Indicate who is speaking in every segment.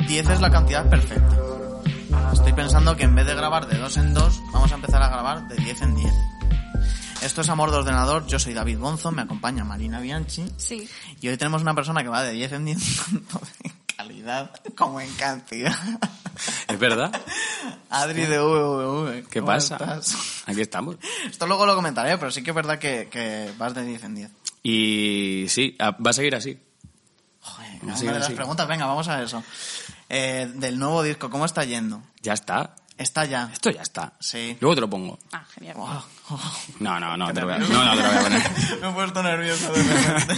Speaker 1: Y esa es la cantidad perfecta. Estoy pensando que en vez de grabar de 2 en 2, vamos a empezar a grabar de 10 en 10. Esto es Amor de Ordenador, yo soy David Gonzo, me acompaña Marina Bianchi.
Speaker 2: Sí.
Speaker 1: Y hoy tenemos una persona que va de 10 en 10, tanto en calidad como en cantidad.
Speaker 3: Es verdad.
Speaker 1: Adri de VVV.
Speaker 3: ¿Qué
Speaker 1: ¿cómo
Speaker 3: pasa?
Speaker 1: estás?
Speaker 3: Aquí estamos.
Speaker 1: Esto luego lo comentaré, pero sí que es verdad que, que vas de 10 en 10.
Speaker 3: Y sí, a- va a seguir así.
Speaker 1: Joder,
Speaker 3: Una
Speaker 1: una
Speaker 3: sigue,
Speaker 1: de las
Speaker 3: sí.
Speaker 1: preguntas, venga, vamos a eso. Eh, del nuevo disco, ¿cómo está yendo?
Speaker 3: Ya está.
Speaker 1: Está ya.
Speaker 3: Esto ya está.
Speaker 1: Sí.
Speaker 3: Luego te lo pongo.
Speaker 2: Ah, genial.
Speaker 1: Oh, oh.
Speaker 3: No, no, no, te lo voy a, no,
Speaker 1: nervioso.
Speaker 3: no, te lo voy a poner.
Speaker 1: Me he puesto nervioso de repente.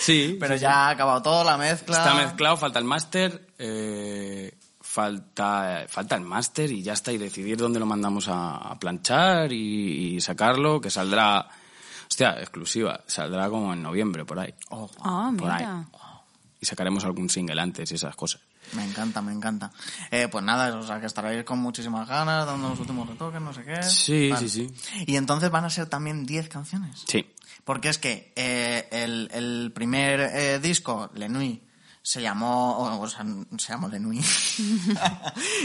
Speaker 3: Sí,
Speaker 1: Pero ya ha acabado todo, la mezcla.
Speaker 3: está mezclado, falta el máster, eh, falta, falta el máster y ya está. Y decidir dónde lo mandamos a, a planchar y, y sacarlo, que saldrá, hostia, exclusiva, saldrá como en noviembre, por ahí.
Speaker 1: Oh,
Speaker 2: Ah,
Speaker 3: Por
Speaker 2: mira.
Speaker 3: Y sacaremos algún single antes y esas cosas.
Speaker 1: me encanta, me encanta. Eh, pues nada, o sea, que estaréis con muchísimas ganas, dando los últimos retoques, no sé qué.
Speaker 3: Sí, sí,
Speaker 1: sí. Y entonces van a ser también 10 canciones.
Speaker 3: Sí.
Speaker 1: Porque es que eh, el, el primer eh, disco, Lenui, se llamó, o, o sea, se llamó Lenui,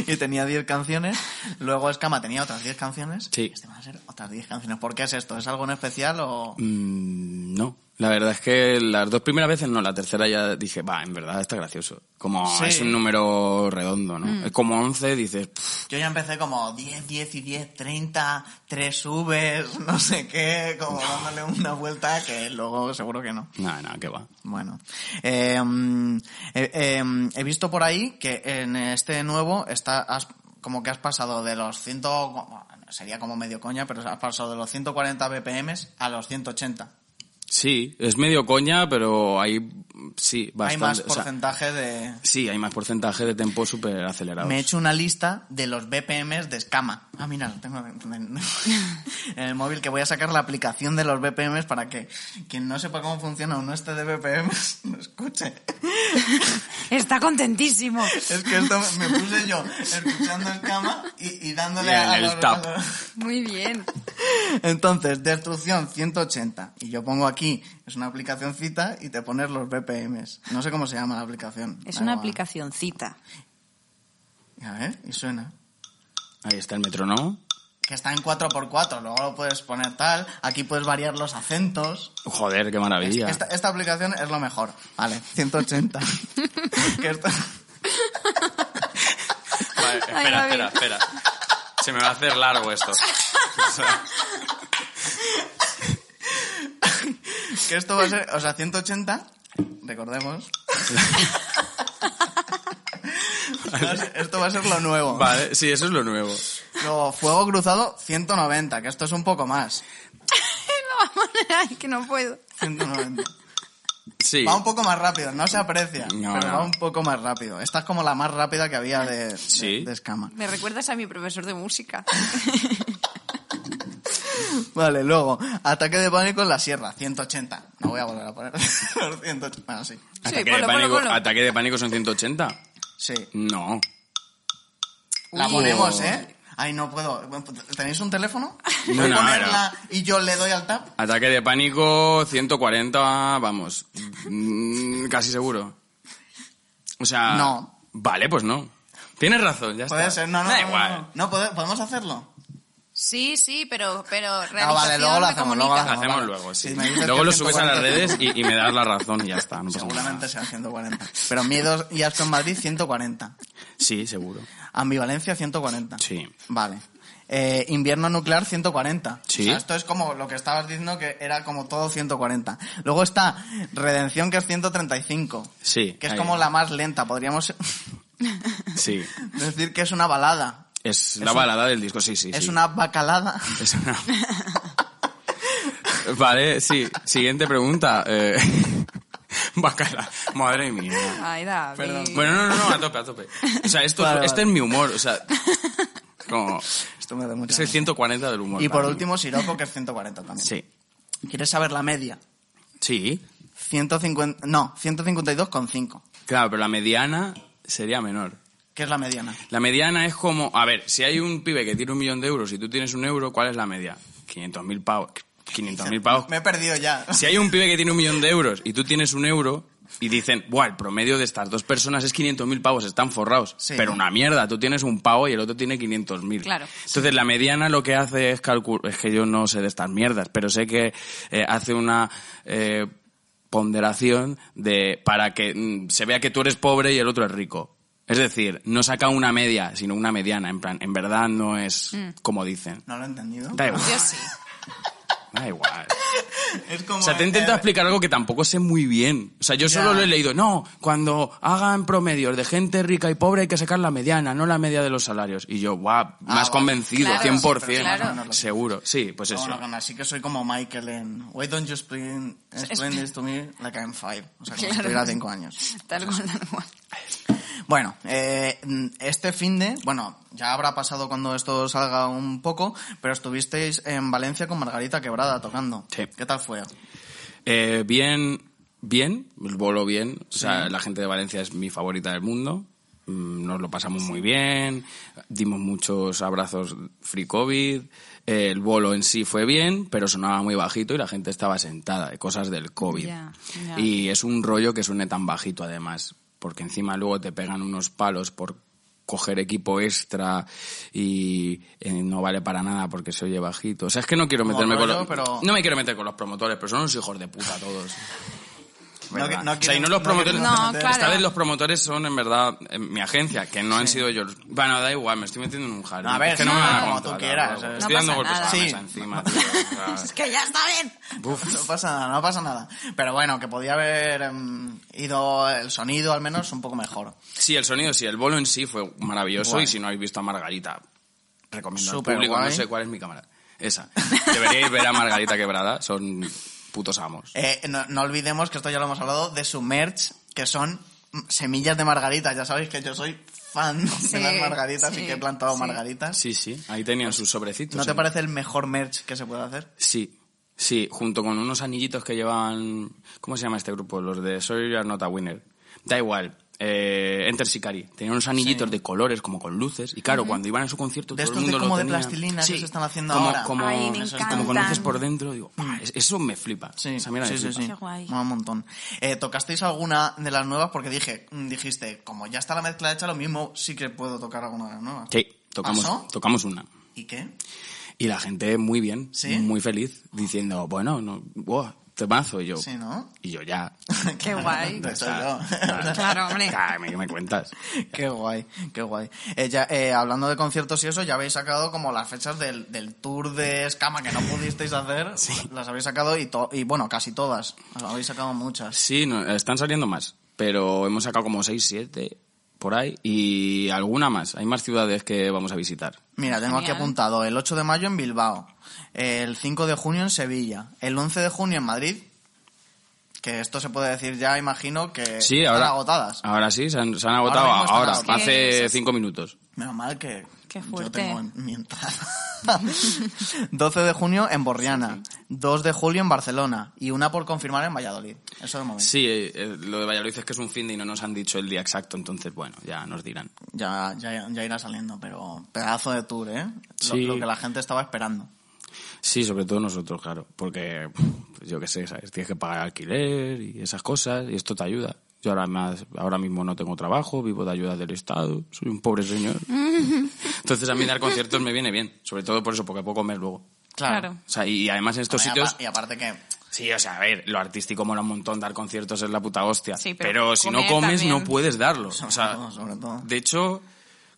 Speaker 1: y tenía 10 canciones. Luego Escama tenía otras 10 canciones.
Speaker 3: Sí.
Speaker 1: Este van a ser otras 10 canciones. ¿Por qué es esto? ¿Es algo en especial o...?
Speaker 3: Mm, no. La verdad es que las dos primeras veces no, la tercera ya dije, va, en verdad está gracioso. Como
Speaker 1: Sí. Mm.
Speaker 3: es un número redondo, ¿no? Es como 11, dices, "Pff,
Speaker 1: Yo ya empecé como 10, 10 y 10, 30, 3 Vs, no sé qué, como dándole una vuelta que luego seguro que no.
Speaker 3: nada, nada, que va.
Speaker 1: Bueno, eh, mm, eh, eh, he visto por ahí que en este nuevo está, has- como que has pasado de los 100, bueno, sería como medio coña, pero has pasado de los 140 BPMs a los 180.
Speaker 3: Sí, es medio coña, pero hay, sí, bastante.
Speaker 1: Hay más
Speaker 3: o sea,
Speaker 1: porcentaje de...
Speaker 3: sí, hay más porcentaje de tiempo súper acelerado.
Speaker 1: Me he hecho una lista de los BPMs de escama. Ah, mira, lo tengo en, en- en el móvil que voy a sacar la aplicación de los BPMs para que quien no sepa cómo funciona o no esté de BPMs lo escuche.
Speaker 2: Está contentísimo.
Speaker 1: Es que esto me puse yo escuchando escama y, y dándole
Speaker 3: Y en
Speaker 1: a,
Speaker 3: el
Speaker 1: los- a
Speaker 3: tap.
Speaker 1: los-
Speaker 2: Muy bien.
Speaker 1: Entonces, destrucción 180. Y yo pongo aquí, es una aplicacióncita y te pones los BPMs. No sé cómo se llama la aplicación.
Speaker 2: Es
Speaker 1: Da
Speaker 2: una
Speaker 1: igual.
Speaker 2: aplicacioncita.
Speaker 1: A ver, y suena.
Speaker 3: Ahí está el metrónomo.
Speaker 1: que está en 4x4, luego lo puedes poner tal, aquí puedes variar los acentos.
Speaker 3: Joder, qué maravilla.
Speaker 1: Esta, esta aplicación es lo mejor. Vale, 180. Que esto-
Speaker 3: Vale,
Speaker 2: Ay,
Speaker 3: espera,
Speaker 2: David.
Speaker 3: espera, espera. Se me va a hacer largo esto.
Speaker 1: que esto va a ser, o sea, 180, recordemos. Esto va a ser- Esto va a ser lo nuevo.
Speaker 3: Vale, sí, eso es lo nuevo.
Speaker 1: Luego, fuego cruzado 190, que esto es un poco más.
Speaker 2: Lo voy a poner ahí, que no puedo.
Speaker 1: 190.
Speaker 3: Sí.
Speaker 1: Va un poco más rápido, no se aprecia,
Speaker 3: No,
Speaker 1: pero
Speaker 3: no.
Speaker 1: va un poco más rápido. Esta es como la más rápida que había de, de-
Speaker 3: Sí.
Speaker 1: de escama.
Speaker 2: Me recuerdas a mi profesor de música.
Speaker 1: Vale, luego, ataque de pánico en la sierra, 180. No voy a volver a poner los 180. Bueno, sí.
Speaker 2: ponlo,
Speaker 3: Ataque, de
Speaker 2: ponlo,
Speaker 3: pánico,
Speaker 2: ponlo.
Speaker 3: ataque de pánico son 180.
Speaker 1: Sí.
Speaker 3: No.
Speaker 1: La
Speaker 3: Uy.
Speaker 1: ponemos, ¿eh? Ay, no puedo. ¿Tenéis un teléfono?
Speaker 3: No,
Speaker 1: Voy a
Speaker 3: no,
Speaker 1: ponerla y yo le doy al tap.
Speaker 3: Ataque de pánico 140, vamos. Mm, Casi seguro. O sea.
Speaker 1: No.
Speaker 3: Vale, pues no. Tienes razón, ya
Speaker 1: Puede
Speaker 3: está.
Speaker 1: ser, no, no.
Speaker 3: Da
Speaker 1: no, no,
Speaker 3: igual.
Speaker 1: No, No, ¿pode- podemos hacerlo.
Speaker 2: Sí, sí, pero, pero
Speaker 1: Ah, vale, luego lo hacemos, luego lo
Speaker 3: Lo hacemos
Speaker 1: vale.
Speaker 3: luego, sí.
Speaker 1: Si me dices
Speaker 3: luego
Speaker 1: que
Speaker 3: lo subes a las
Speaker 1: 140.
Speaker 3: redes y, y me das la razón y ya está. no pasa nada.
Speaker 1: Seguramente sea 140. Pero miedos y asco en Madrid, 140.
Speaker 3: Sí, seguro.
Speaker 1: Ambivalencia, 140.
Speaker 3: Sí.
Speaker 1: Vale. Eh, invierno nuclear, 140.
Speaker 3: Sí.
Speaker 1: O sea, esto es como lo que estabas diciendo que era como todo 140. Luego está Redención, que es 135.
Speaker 3: Sí,
Speaker 1: Que es
Speaker 3: ahí.
Speaker 1: como la más lenta. Podríamos
Speaker 3: Sí.
Speaker 1: decir que es una balada.
Speaker 3: Es, la balada del disco, sí, sí.
Speaker 1: Es
Speaker 3: sí.
Speaker 1: una bacalada.
Speaker 3: Es una- vale, sí. Siguiente pregunta. Eh... Bacala. Madre mía.
Speaker 2: Ay, David.
Speaker 1: Perdón.
Speaker 3: Bueno, no, no, no, a tope, a tope. O sea, esto,
Speaker 1: Vale,
Speaker 3: este
Speaker 1: vale.
Speaker 3: es mi humor, o sea, como,
Speaker 1: Esto me da mucha
Speaker 3: es el
Speaker 1: risa.
Speaker 3: 140 del humor.
Speaker 1: Y por
Speaker 3: para mí.
Speaker 1: último, Siroco, que es 140 también.
Speaker 3: Sí,
Speaker 1: ¿Quieres saber la media?
Speaker 3: sí,
Speaker 1: 150... No, 152,5.
Speaker 3: claro, pero la mediana sería menor.
Speaker 1: Que es la mediana.
Speaker 3: La mediana es como, a ver, si hay un pibe que tiene un millón de euros y tú tienes un euro, ¿cuál es la media? 500.000 pavos. 500.000 pavos.
Speaker 1: Me he perdido ya.
Speaker 3: Si hay un pibe que tiene un millón de euros y tú tienes un euro, y dicen, buah, el promedio de estas dos personas es 500.000 pavos, están forrados.
Speaker 1: Sí.
Speaker 3: Pero una mierda, tú tienes un pavo y el otro tiene 500.000.
Speaker 2: Claro.
Speaker 3: Entonces la mediana lo que hace es calcular, es que yo no sé de estas mierdas, pero sé que eh, hace una... eh, ponderación de para que mm, se vea que tú eres pobre y el otro es rico. Es decir, no saca una media, sino una mediana. En plan, en verdad no es como dicen.
Speaker 1: No lo he entendido.
Speaker 3: Da igual.
Speaker 2: Mm. Yo sí.
Speaker 3: Da igual.
Speaker 1: Es como
Speaker 3: O sea, te he
Speaker 1: el-
Speaker 3: intentado explicar algo que tampoco sé muy bien. O sea, yo solo
Speaker 1: Ya.
Speaker 3: lo he leído. No, cuando hagan promedios de gente rica y pobre hay que sacar la mediana, no la media de los salarios. Y yo, guau, más
Speaker 1: vale.
Speaker 3: convencido,
Speaker 2: Claro,
Speaker 3: 100%.
Speaker 1: Ah, sí, pero claro.
Speaker 3: Seguro. Sí, pues eso.
Speaker 1: Bueno, que así que soy como Michael en Why don't you explain, explain this to me like I'm five? O sea, como si
Speaker 2: Claro.
Speaker 1: tuviera cinco años.
Speaker 2: Tal cual, tal cual.
Speaker 1: Bueno, eh, mm, este fin de... Bueno, ya habrá pasado cuando esto salga un poco, pero estuvisteis en Valencia con Margarita Quebrada tocando.
Speaker 3: Sí.
Speaker 1: ¿Qué tal fue?
Speaker 3: Eh, bien, bien, voló bien. O sea, la gente de Valencia es mi favorita del mundo. Mm, Nos lo pasamos muy bien, dimos muchos abrazos free COVID, Eh, el bolo en sí fue bien, pero sonaba muy bajito y la gente estaba sentada, cosas del COVID.
Speaker 2: Ya, ya.
Speaker 3: Y es un rollo que suene tan bajito además, porque encima luego te pegan unos palos por coger equipo extra y eh, no vale para nada porque se oye bajito. O sea, es que no quiero
Speaker 1: Como
Speaker 3: meterme
Speaker 1: rollo,
Speaker 3: con los...
Speaker 1: pero-
Speaker 3: No me quiero meter con los promotores, pero son unos hijos de puta todos.
Speaker 1: que-
Speaker 3: ¿Verdad?
Speaker 1: no
Speaker 3: o sea, y
Speaker 1: quieren-
Speaker 3: no los
Speaker 1: no
Speaker 3: promotores.
Speaker 1: quieren
Speaker 2: No, claro.
Speaker 3: Esta vez los promotores son, en verdad, eh, mi agencia, que no han sido yo. los- Bueno, da igual, me estoy metiendo en un jardín.
Speaker 1: A ver,
Speaker 3: es que no,
Speaker 1: sí,
Speaker 3: me van a
Speaker 1: como
Speaker 3: contratar,
Speaker 1: tú quieras,
Speaker 3: luego.
Speaker 1: eh.
Speaker 3: Estoy
Speaker 2: No
Speaker 3: dando
Speaker 2: pasa
Speaker 3: golpes a la
Speaker 1: nada. Sí.
Speaker 3: mesa encima, tío. O sea,
Speaker 2: Es que ya está bien.
Speaker 1: No pasa nada, no pasa nada. Pero bueno, que podía haber em, ido el sonido al menos un poco mejor.
Speaker 3: Sí, el sonido, sí, el bolo en sí fue maravilloso.
Speaker 1: Guay.
Speaker 3: Y si no habéis visto a Margarita, recomiendo al
Speaker 1: Súper
Speaker 3: público.
Speaker 1: guay.
Speaker 3: No sé cuál es mi cámara. Esa. Deberíais ver a Margarita quebrada, son putos amos.
Speaker 1: Eh, no, no olvidemos que esto ya lo hemos hablado de su merch, que son mm, semillas de margarita. Ya sabéis que yo soy fan de las margaritas
Speaker 2: sí,
Speaker 1: y que he plantado
Speaker 2: sí.
Speaker 1: margaritas.
Speaker 3: Sí, sí, ahí tenían sus sobrecitos.
Speaker 1: ¿No te
Speaker 3: en-
Speaker 1: parece el mejor merch que se puede hacer?
Speaker 3: Sí, sí, junto con unos anillitos que llevan. ¿Cómo se llama este grupo? Los de Soy Nota Winner. Da igual. Eh, Enter Sicari. Tenían unos anillitos de colores, como con luces. Y claro, cuando iban a su concierto,
Speaker 1: De
Speaker 3: todo
Speaker 1: estos
Speaker 3: el
Speaker 1: de
Speaker 3: mundo lo
Speaker 1: como de
Speaker 3: tenía.
Speaker 1: plastilina que se están haciendo
Speaker 3: como,
Speaker 1: ahora. Mm.
Speaker 3: Como,
Speaker 2: Ay, me
Speaker 3: eso es-
Speaker 2: encantan.
Speaker 3: como conoces por dentro, digo, "Buah, es- eso me flipa. Esa mierda me flipa.
Speaker 2: Qué guay.
Speaker 1: Mola un montón. Eh, ¿Tocasteis alguna de las nuevas? Porque dije, mm, dijiste, como ya está la mezcla hecha, lo mismo sí que puedo tocar alguna de las nuevas.
Speaker 3: Sí, tocamos,
Speaker 1: ¿Pasó?
Speaker 3: tocamos una.
Speaker 1: ¿Y qué?
Speaker 3: Y la gente muy bien,
Speaker 1: ¿Sí?
Speaker 3: muy feliz, diciendo, bueno, no, wow, temazo. Y yo,
Speaker 1: Sí, ¿no?
Speaker 3: y yo ya.
Speaker 2: Qué guay.
Speaker 1: Eso
Speaker 3: Ah,
Speaker 1: yo.
Speaker 2: Claro, hombre.
Speaker 3: Cállame, ¿Qué me cuentas?
Speaker 1: Qué guay, qué guay. Eh, ya, eh, hablando de conciertos y eso, ya habéis sacado como las fechas del, del tour de escama que no pudisteis hacer. Las habéis sacado y, to- y bueno, casi todas. Las habéis sacado muchas.
Speaker 3: Sí, no, están saliendo más, pero hemos sacado como 6, 7 por ahí y alguna más. Hay más ciudades que vamos a visitar.
Speaker 1: Mira, tengo aquí
Speaker 2: Genial.
Speaker 1: apuntado el 8 de mayo en Bilbao, el 5 de junio en Sevilla, el 11 de junio en Madrid, que esto se puede decir ya, imagino, que
Speaker 3: Sí,
Speaker 1: están
Speaker 3: ahora.
Speaker 1: agotadas.
Speaker 3: Ahora sí, se han, se han
Speaker 1: Ahora
Speaker 3: agotado
Speaker 1: mismo están
Speaker 3: ahora,
Speaker 1: agotadas.
Speaker 3: hace
Speaker 2: Esas-
Speaker 3: 5 minutos.
Speaker 1: Menos mal que
Speaker 2: Qué
Speaker 1: yo
Speaker 2: fuerte.
Speaker 1: tengo en- mi entrada. 12 de junio en Borriana, 2 de julio en Barcelona y una por confirmar en Valladolid. Eso de momento.
Speaker 3: Sí, eh, eh, lo de Valladolid es que es un fin de y no nos han dicho el día exacto, entonces bueno, ya nos dirán.
Speaker 1: Ya, ya, ya irá saliendo, pero pedazo de tour, ¿eh? Lo-
Speaker 3: Sí.
Speaker 1: Lo, que la gente estaba esperando.
Speaker 3: Sí, sobre todo nosotros, claro, porque pues, yo qué sé, ¿sabes? tienes que pagar alquiler y esas cosas y esto te ayuda. Yo ahora, más, ahora mismo no tengo trabajo, vivo de ayudas del Estado, soy un pobre señor. Entonces a mí dar conciertos me viene bien, sobre todo por eso, porque puedo comer luego.
Speaker 2: Claro.
Speaker 3: O sea, y además en estos
Speaker 1: Y apa-
Speaker 3: sitios...
Speaker 1: Y aparte que...
Speaker 3: Sí, o sea, a ver, lo artístico mola un montón, dar conciertos es la puta hostia.
Speaker 2: Sí,
Speaker 3: pero
Speaker 2: pero
Speaker 3: si no
Speaker 2: comer
Speaker 3: comes
Speaker 2: también.
Speaker 3: no puedes darlo.
Speaker 1: Sobre
Speaker 3: o sea,
Speaker 1: todo, sobre todo.
Speaker 3: de hecho,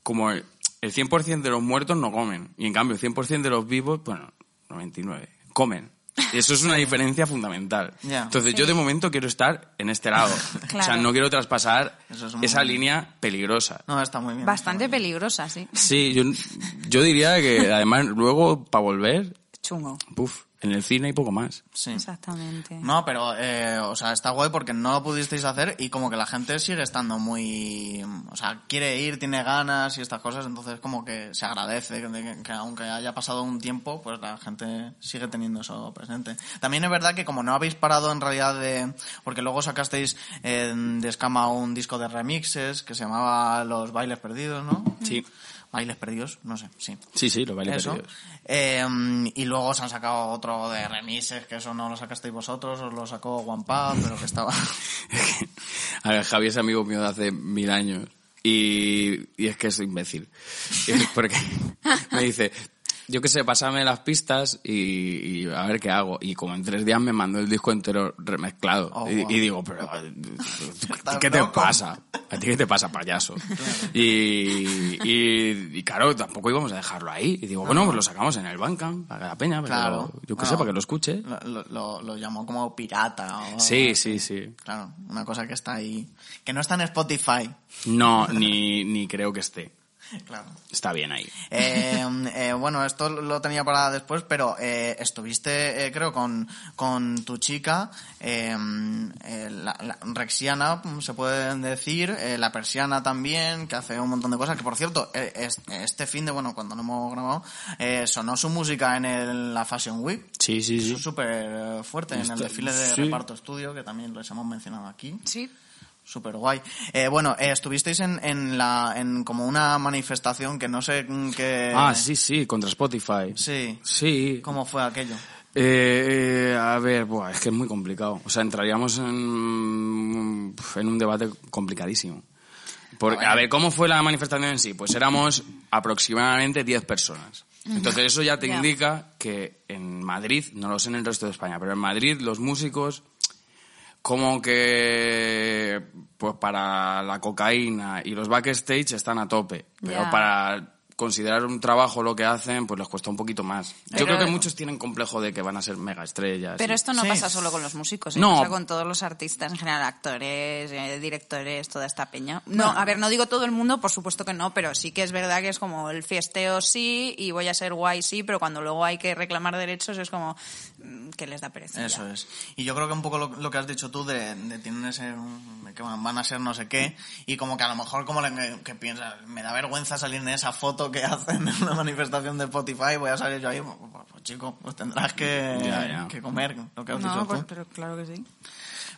Speaker 3: como el, el 100% de los muertos no comen. Y en cambio, el 100% de los vivos, bueno, 99, comen. Y eso es una diferencia fundamental.
Speaker 1: Ya.
Speaker 3: Entonces yo de momento quiero estar en este lado. O sea,
Speaker 2: Claro.
Speaker 3: no quiero traspasar
Speaker 1: Eso es muy
Speaker 3: esa
Speaker 1: bueno.
Speaker 3: línea peligrosa.
Speaker 1: No, está muy bien.
Speaker 2: Bastante peligrosa, sí.
Speaker 3: Sí, yo, yo diría que además luego para volver,
Speaker 2: Chungo.
Speaker 3: puf, en el cine y poco más.
Speaker 1: Sí.
Speaker 2: Exactamente.
Speaker 1: No, pero, eh, o sea, está guay porque no lo pudisteis hacer y como que la gente sigue estando muy... O sea, quiere ir, tiene ganas y estas cosas, entonces como que se agradece de que, que aunque haya pasado un tiempo, pues la gente sigue teniendo eso presente. También es verdad que como no habéis parado en realidad de... Porque luego sacasteis eh, de escama un disco de remixes que se llamaba Los Bailes Perdidos, ¿no?
Speaker 3: Sí.
Speaker 1: Bailes perdidos, no sé, sí.
Speaker 3: Sí, sí, los bailes
Speaker 1: Eso.
Speaker 3: perdidos.
Speaker 1: Eh, y luego se han sacado otro de remises, que eso no lo sacasteis vosotros, os lo sacó OnePad, pero que estaba...
Speaker 3: A ver, Javi es amigo mío de hace mil años. Y, y es que es imbécil. Y es Porque me dice, yo qué sé, pásame las pistas y, y a ver qué hago. Y como en tres días me mandó el disco entero remezclado.
Speaker 1: Oh,
Speaker 3: y, y
Speaker 1: wow.
Speaker 3: digo, pero ¿a ti ¿qué te
Speaker 1: loco?
Speaker 3: pasa? ¿A ti qué te pasa, payaso? Y, y, y claro, tampoco íbamos a dejarlo ahí. Y digo, bueno, pues lo sacamos en el Bandcamp, para que la peña, para que
Speaker 1: Claro. Ah.
Speaker 3: lo- yo qué sé,
Speaker 1: Bueno.
Speaker 3: para que lo escuche.
Speaker 1: Lo, lo- lo- lo llamó como pirata. o-
Speaker 3: Sí, sí, sí.
Speaker 1: Claro, una cosa que está ahí. Que no está en Spotify.
Speaker 3: No, ni, ni creo que esté.
Speaker 1: Claro.
Speaker 3: Está bien ahí.
Speaker 1: Eh, eh, bueno, esto lo tenía para después, pero eh, estuviste, eh, creo, con, con tu chica, eh, eh, la, la Rexiana, mm, se puede decir, eh, la Persiana también, que hace un montón de cosas, que por cierto, eh, es- este fin de, bueno, cuando no hemos grabado, eh, sonó su música en el- la Fashion Week.
Speaker 3: Sí, sí,
Speaker 1: Eso es súper eh, fuerte en el
Speaker 3: Está-
Speaker 1: desfile de
Speaker 3: sí.
Speaker 1: reparto estudio, que también les hemos mencionado aquí.
Speaker 2: Sí.
Speaker 1: Súper guay. Eh, bueno, eh, estuvisteis en, en, la, en como una manifestación que no sé mm, qué...
Speaker 3: Ah, sí, sí, contra Spotify.
Speaker 1: Sí.
Speaker 3: Sí.
Speaker 1: ¿Cómo fue aquello?
Speaker 3: Eh, eh, a ver, buah, es que es muy complicado. O sea, entraríamos en, en un debate complicadísimo. Porque, a ver, ¿cómo fue la manifestación en sí? Pues éramos aproximadamente 10 personas. Entonces eso ya te
Speaker 2: Ya.
Speaker 3: indica que en Madrid, no lo sé en el resto de España, pero en Madrid los músicos como que pues para la cocaína y los backstage están a tope, pero
Speaker 2: Ya.
Speaker 3: para considerar un trabajo lo que hacen, pues les cuesta un poquito más. Yo
Speaker 1: Pero-
Speaker 3: creo que muchos tienen complejo de que van a ser mega estrellas.
Speaker 2: Pero esto no
Speaker 1: Sí.
Speaker 2: pasa solo con los músicos, ¿eh?
Speaker 3: No.
Speaker 2: pasa con todos los artistas en general, actores, eh, directores, toda esta peña. No, a ver, no digo todo el mundo, por supuesto que no, pero sí que es verdad que es como el fiesteo sí y voy a ser guay sí, pero cuando luego hay que reclamar derechos es como mm, que les da pereza.
Speaker 1: Eso
Speaker 2: ya.
Speaker 1: es. Y yo creo que un poco lo, lo que has dicho tú de, de tienen ese, mm, de que van a ser no sé qué, y como que a lo mejor como le- que piensas, me da vergüenza salir en esa foto que hacen en una manifestación de Spotify, voy a salir yo ahí, pues, pues, pues, chico, pues tendrás que,
Speaker 3: Ya, ya.
Speaker 1: que comer lo que has dicho
Speaker 2: No,
Speaker 1: tú.
Speaker 2: pues, pero claro que sí.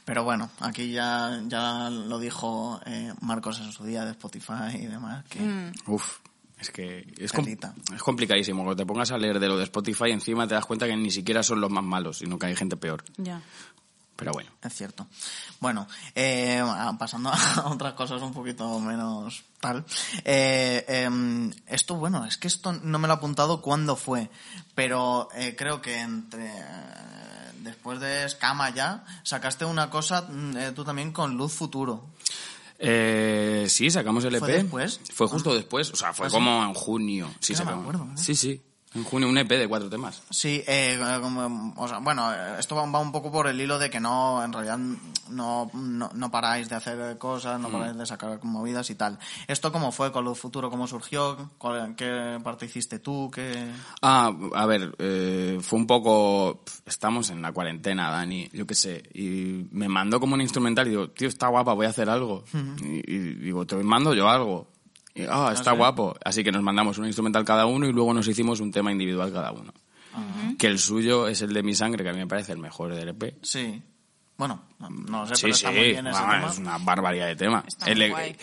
Speaker 1: Pero bueno, aquí ya, ya lo dijo eh, Marcos en su día de Spotify y demás. Que,
Speaker 2: Mm.
Speaker 3: Uf, es que es, com-
Speaker 1: Telita.
Speaker 3: es complicadísimo. Cuando te pongas a leer de lo de Spotify encima te das cuenta que ni siquiera son los más malos, sino que hay gente peor.
Speaker 2: Ya.
Speaker 3: Pero bueno.
Speaker 1: Es cierto. Bueno, eh, ah, pasando a otras cosas un poquito menos tal. Eh, em, esto, bueno, es que esto no me lo he apuntado cuándo fue, pero eh, creo que entre... eh, Después de Escama ya, sacaste una cosa mm, eh, tú también con Luz Futuro.
Speaker 3: Eh, sí, sacamos el EP.
Speaker 1: ¿Fue después?
Speaker 3: Fue justo después, o sea, fue
Speaker 1: ¿Ah,
Speaker 3: como en junio. Sí,
Speaker 1: que no me
Speaker 3: sacamos.
Speaker 1: acuerdo, ¿eh?
Speaker 3: sí, sí. En junio un EP de cuatro temas.
Speaker 1: Sí, eh, como- o sea, bueno, eh, esto va, va un poco por el hilo de que no, en realidad, no, no, no paráis de hacer cosas,
Speaker 3: Mm.
Speaker 1: no paráis de sacar movidas y tal. ¿Esto cómo fue con lo futuro? ¿Cómo surgió? ¿Cuál- ¿Qué parte hiciste tú? ¿Qué...
Speaker 3: Ah, a ver, eh, fue un poco... pf, Estamos en la cuarentena, Dani, yo qué sé. Y me mandó como un instrumental y digo, tío, está guapa, voy a hacer algo. y, y digo, te mando yo algo. Y, ah, está guapo. Así que nos mandamos un instrumental cada uno y luego nos hicimos un tema individual cada uno.
Speaker 1: Ah.
Speaker 3: Que el suyo es el de mi sangre, que a mí me parece el mejor del EP.
Speaker 1: Sí. Bueno, no- no lo sé,
Speaker 3: Sí,
Speaker 1: pero
Speaker 3: sí,
Speaker 1: está muy bien ese
Speaker 3: vamos,
Speaker 1: tema.
Speaker 3: es una barbaridad de tema. e
Speaker 2: Está muy guay.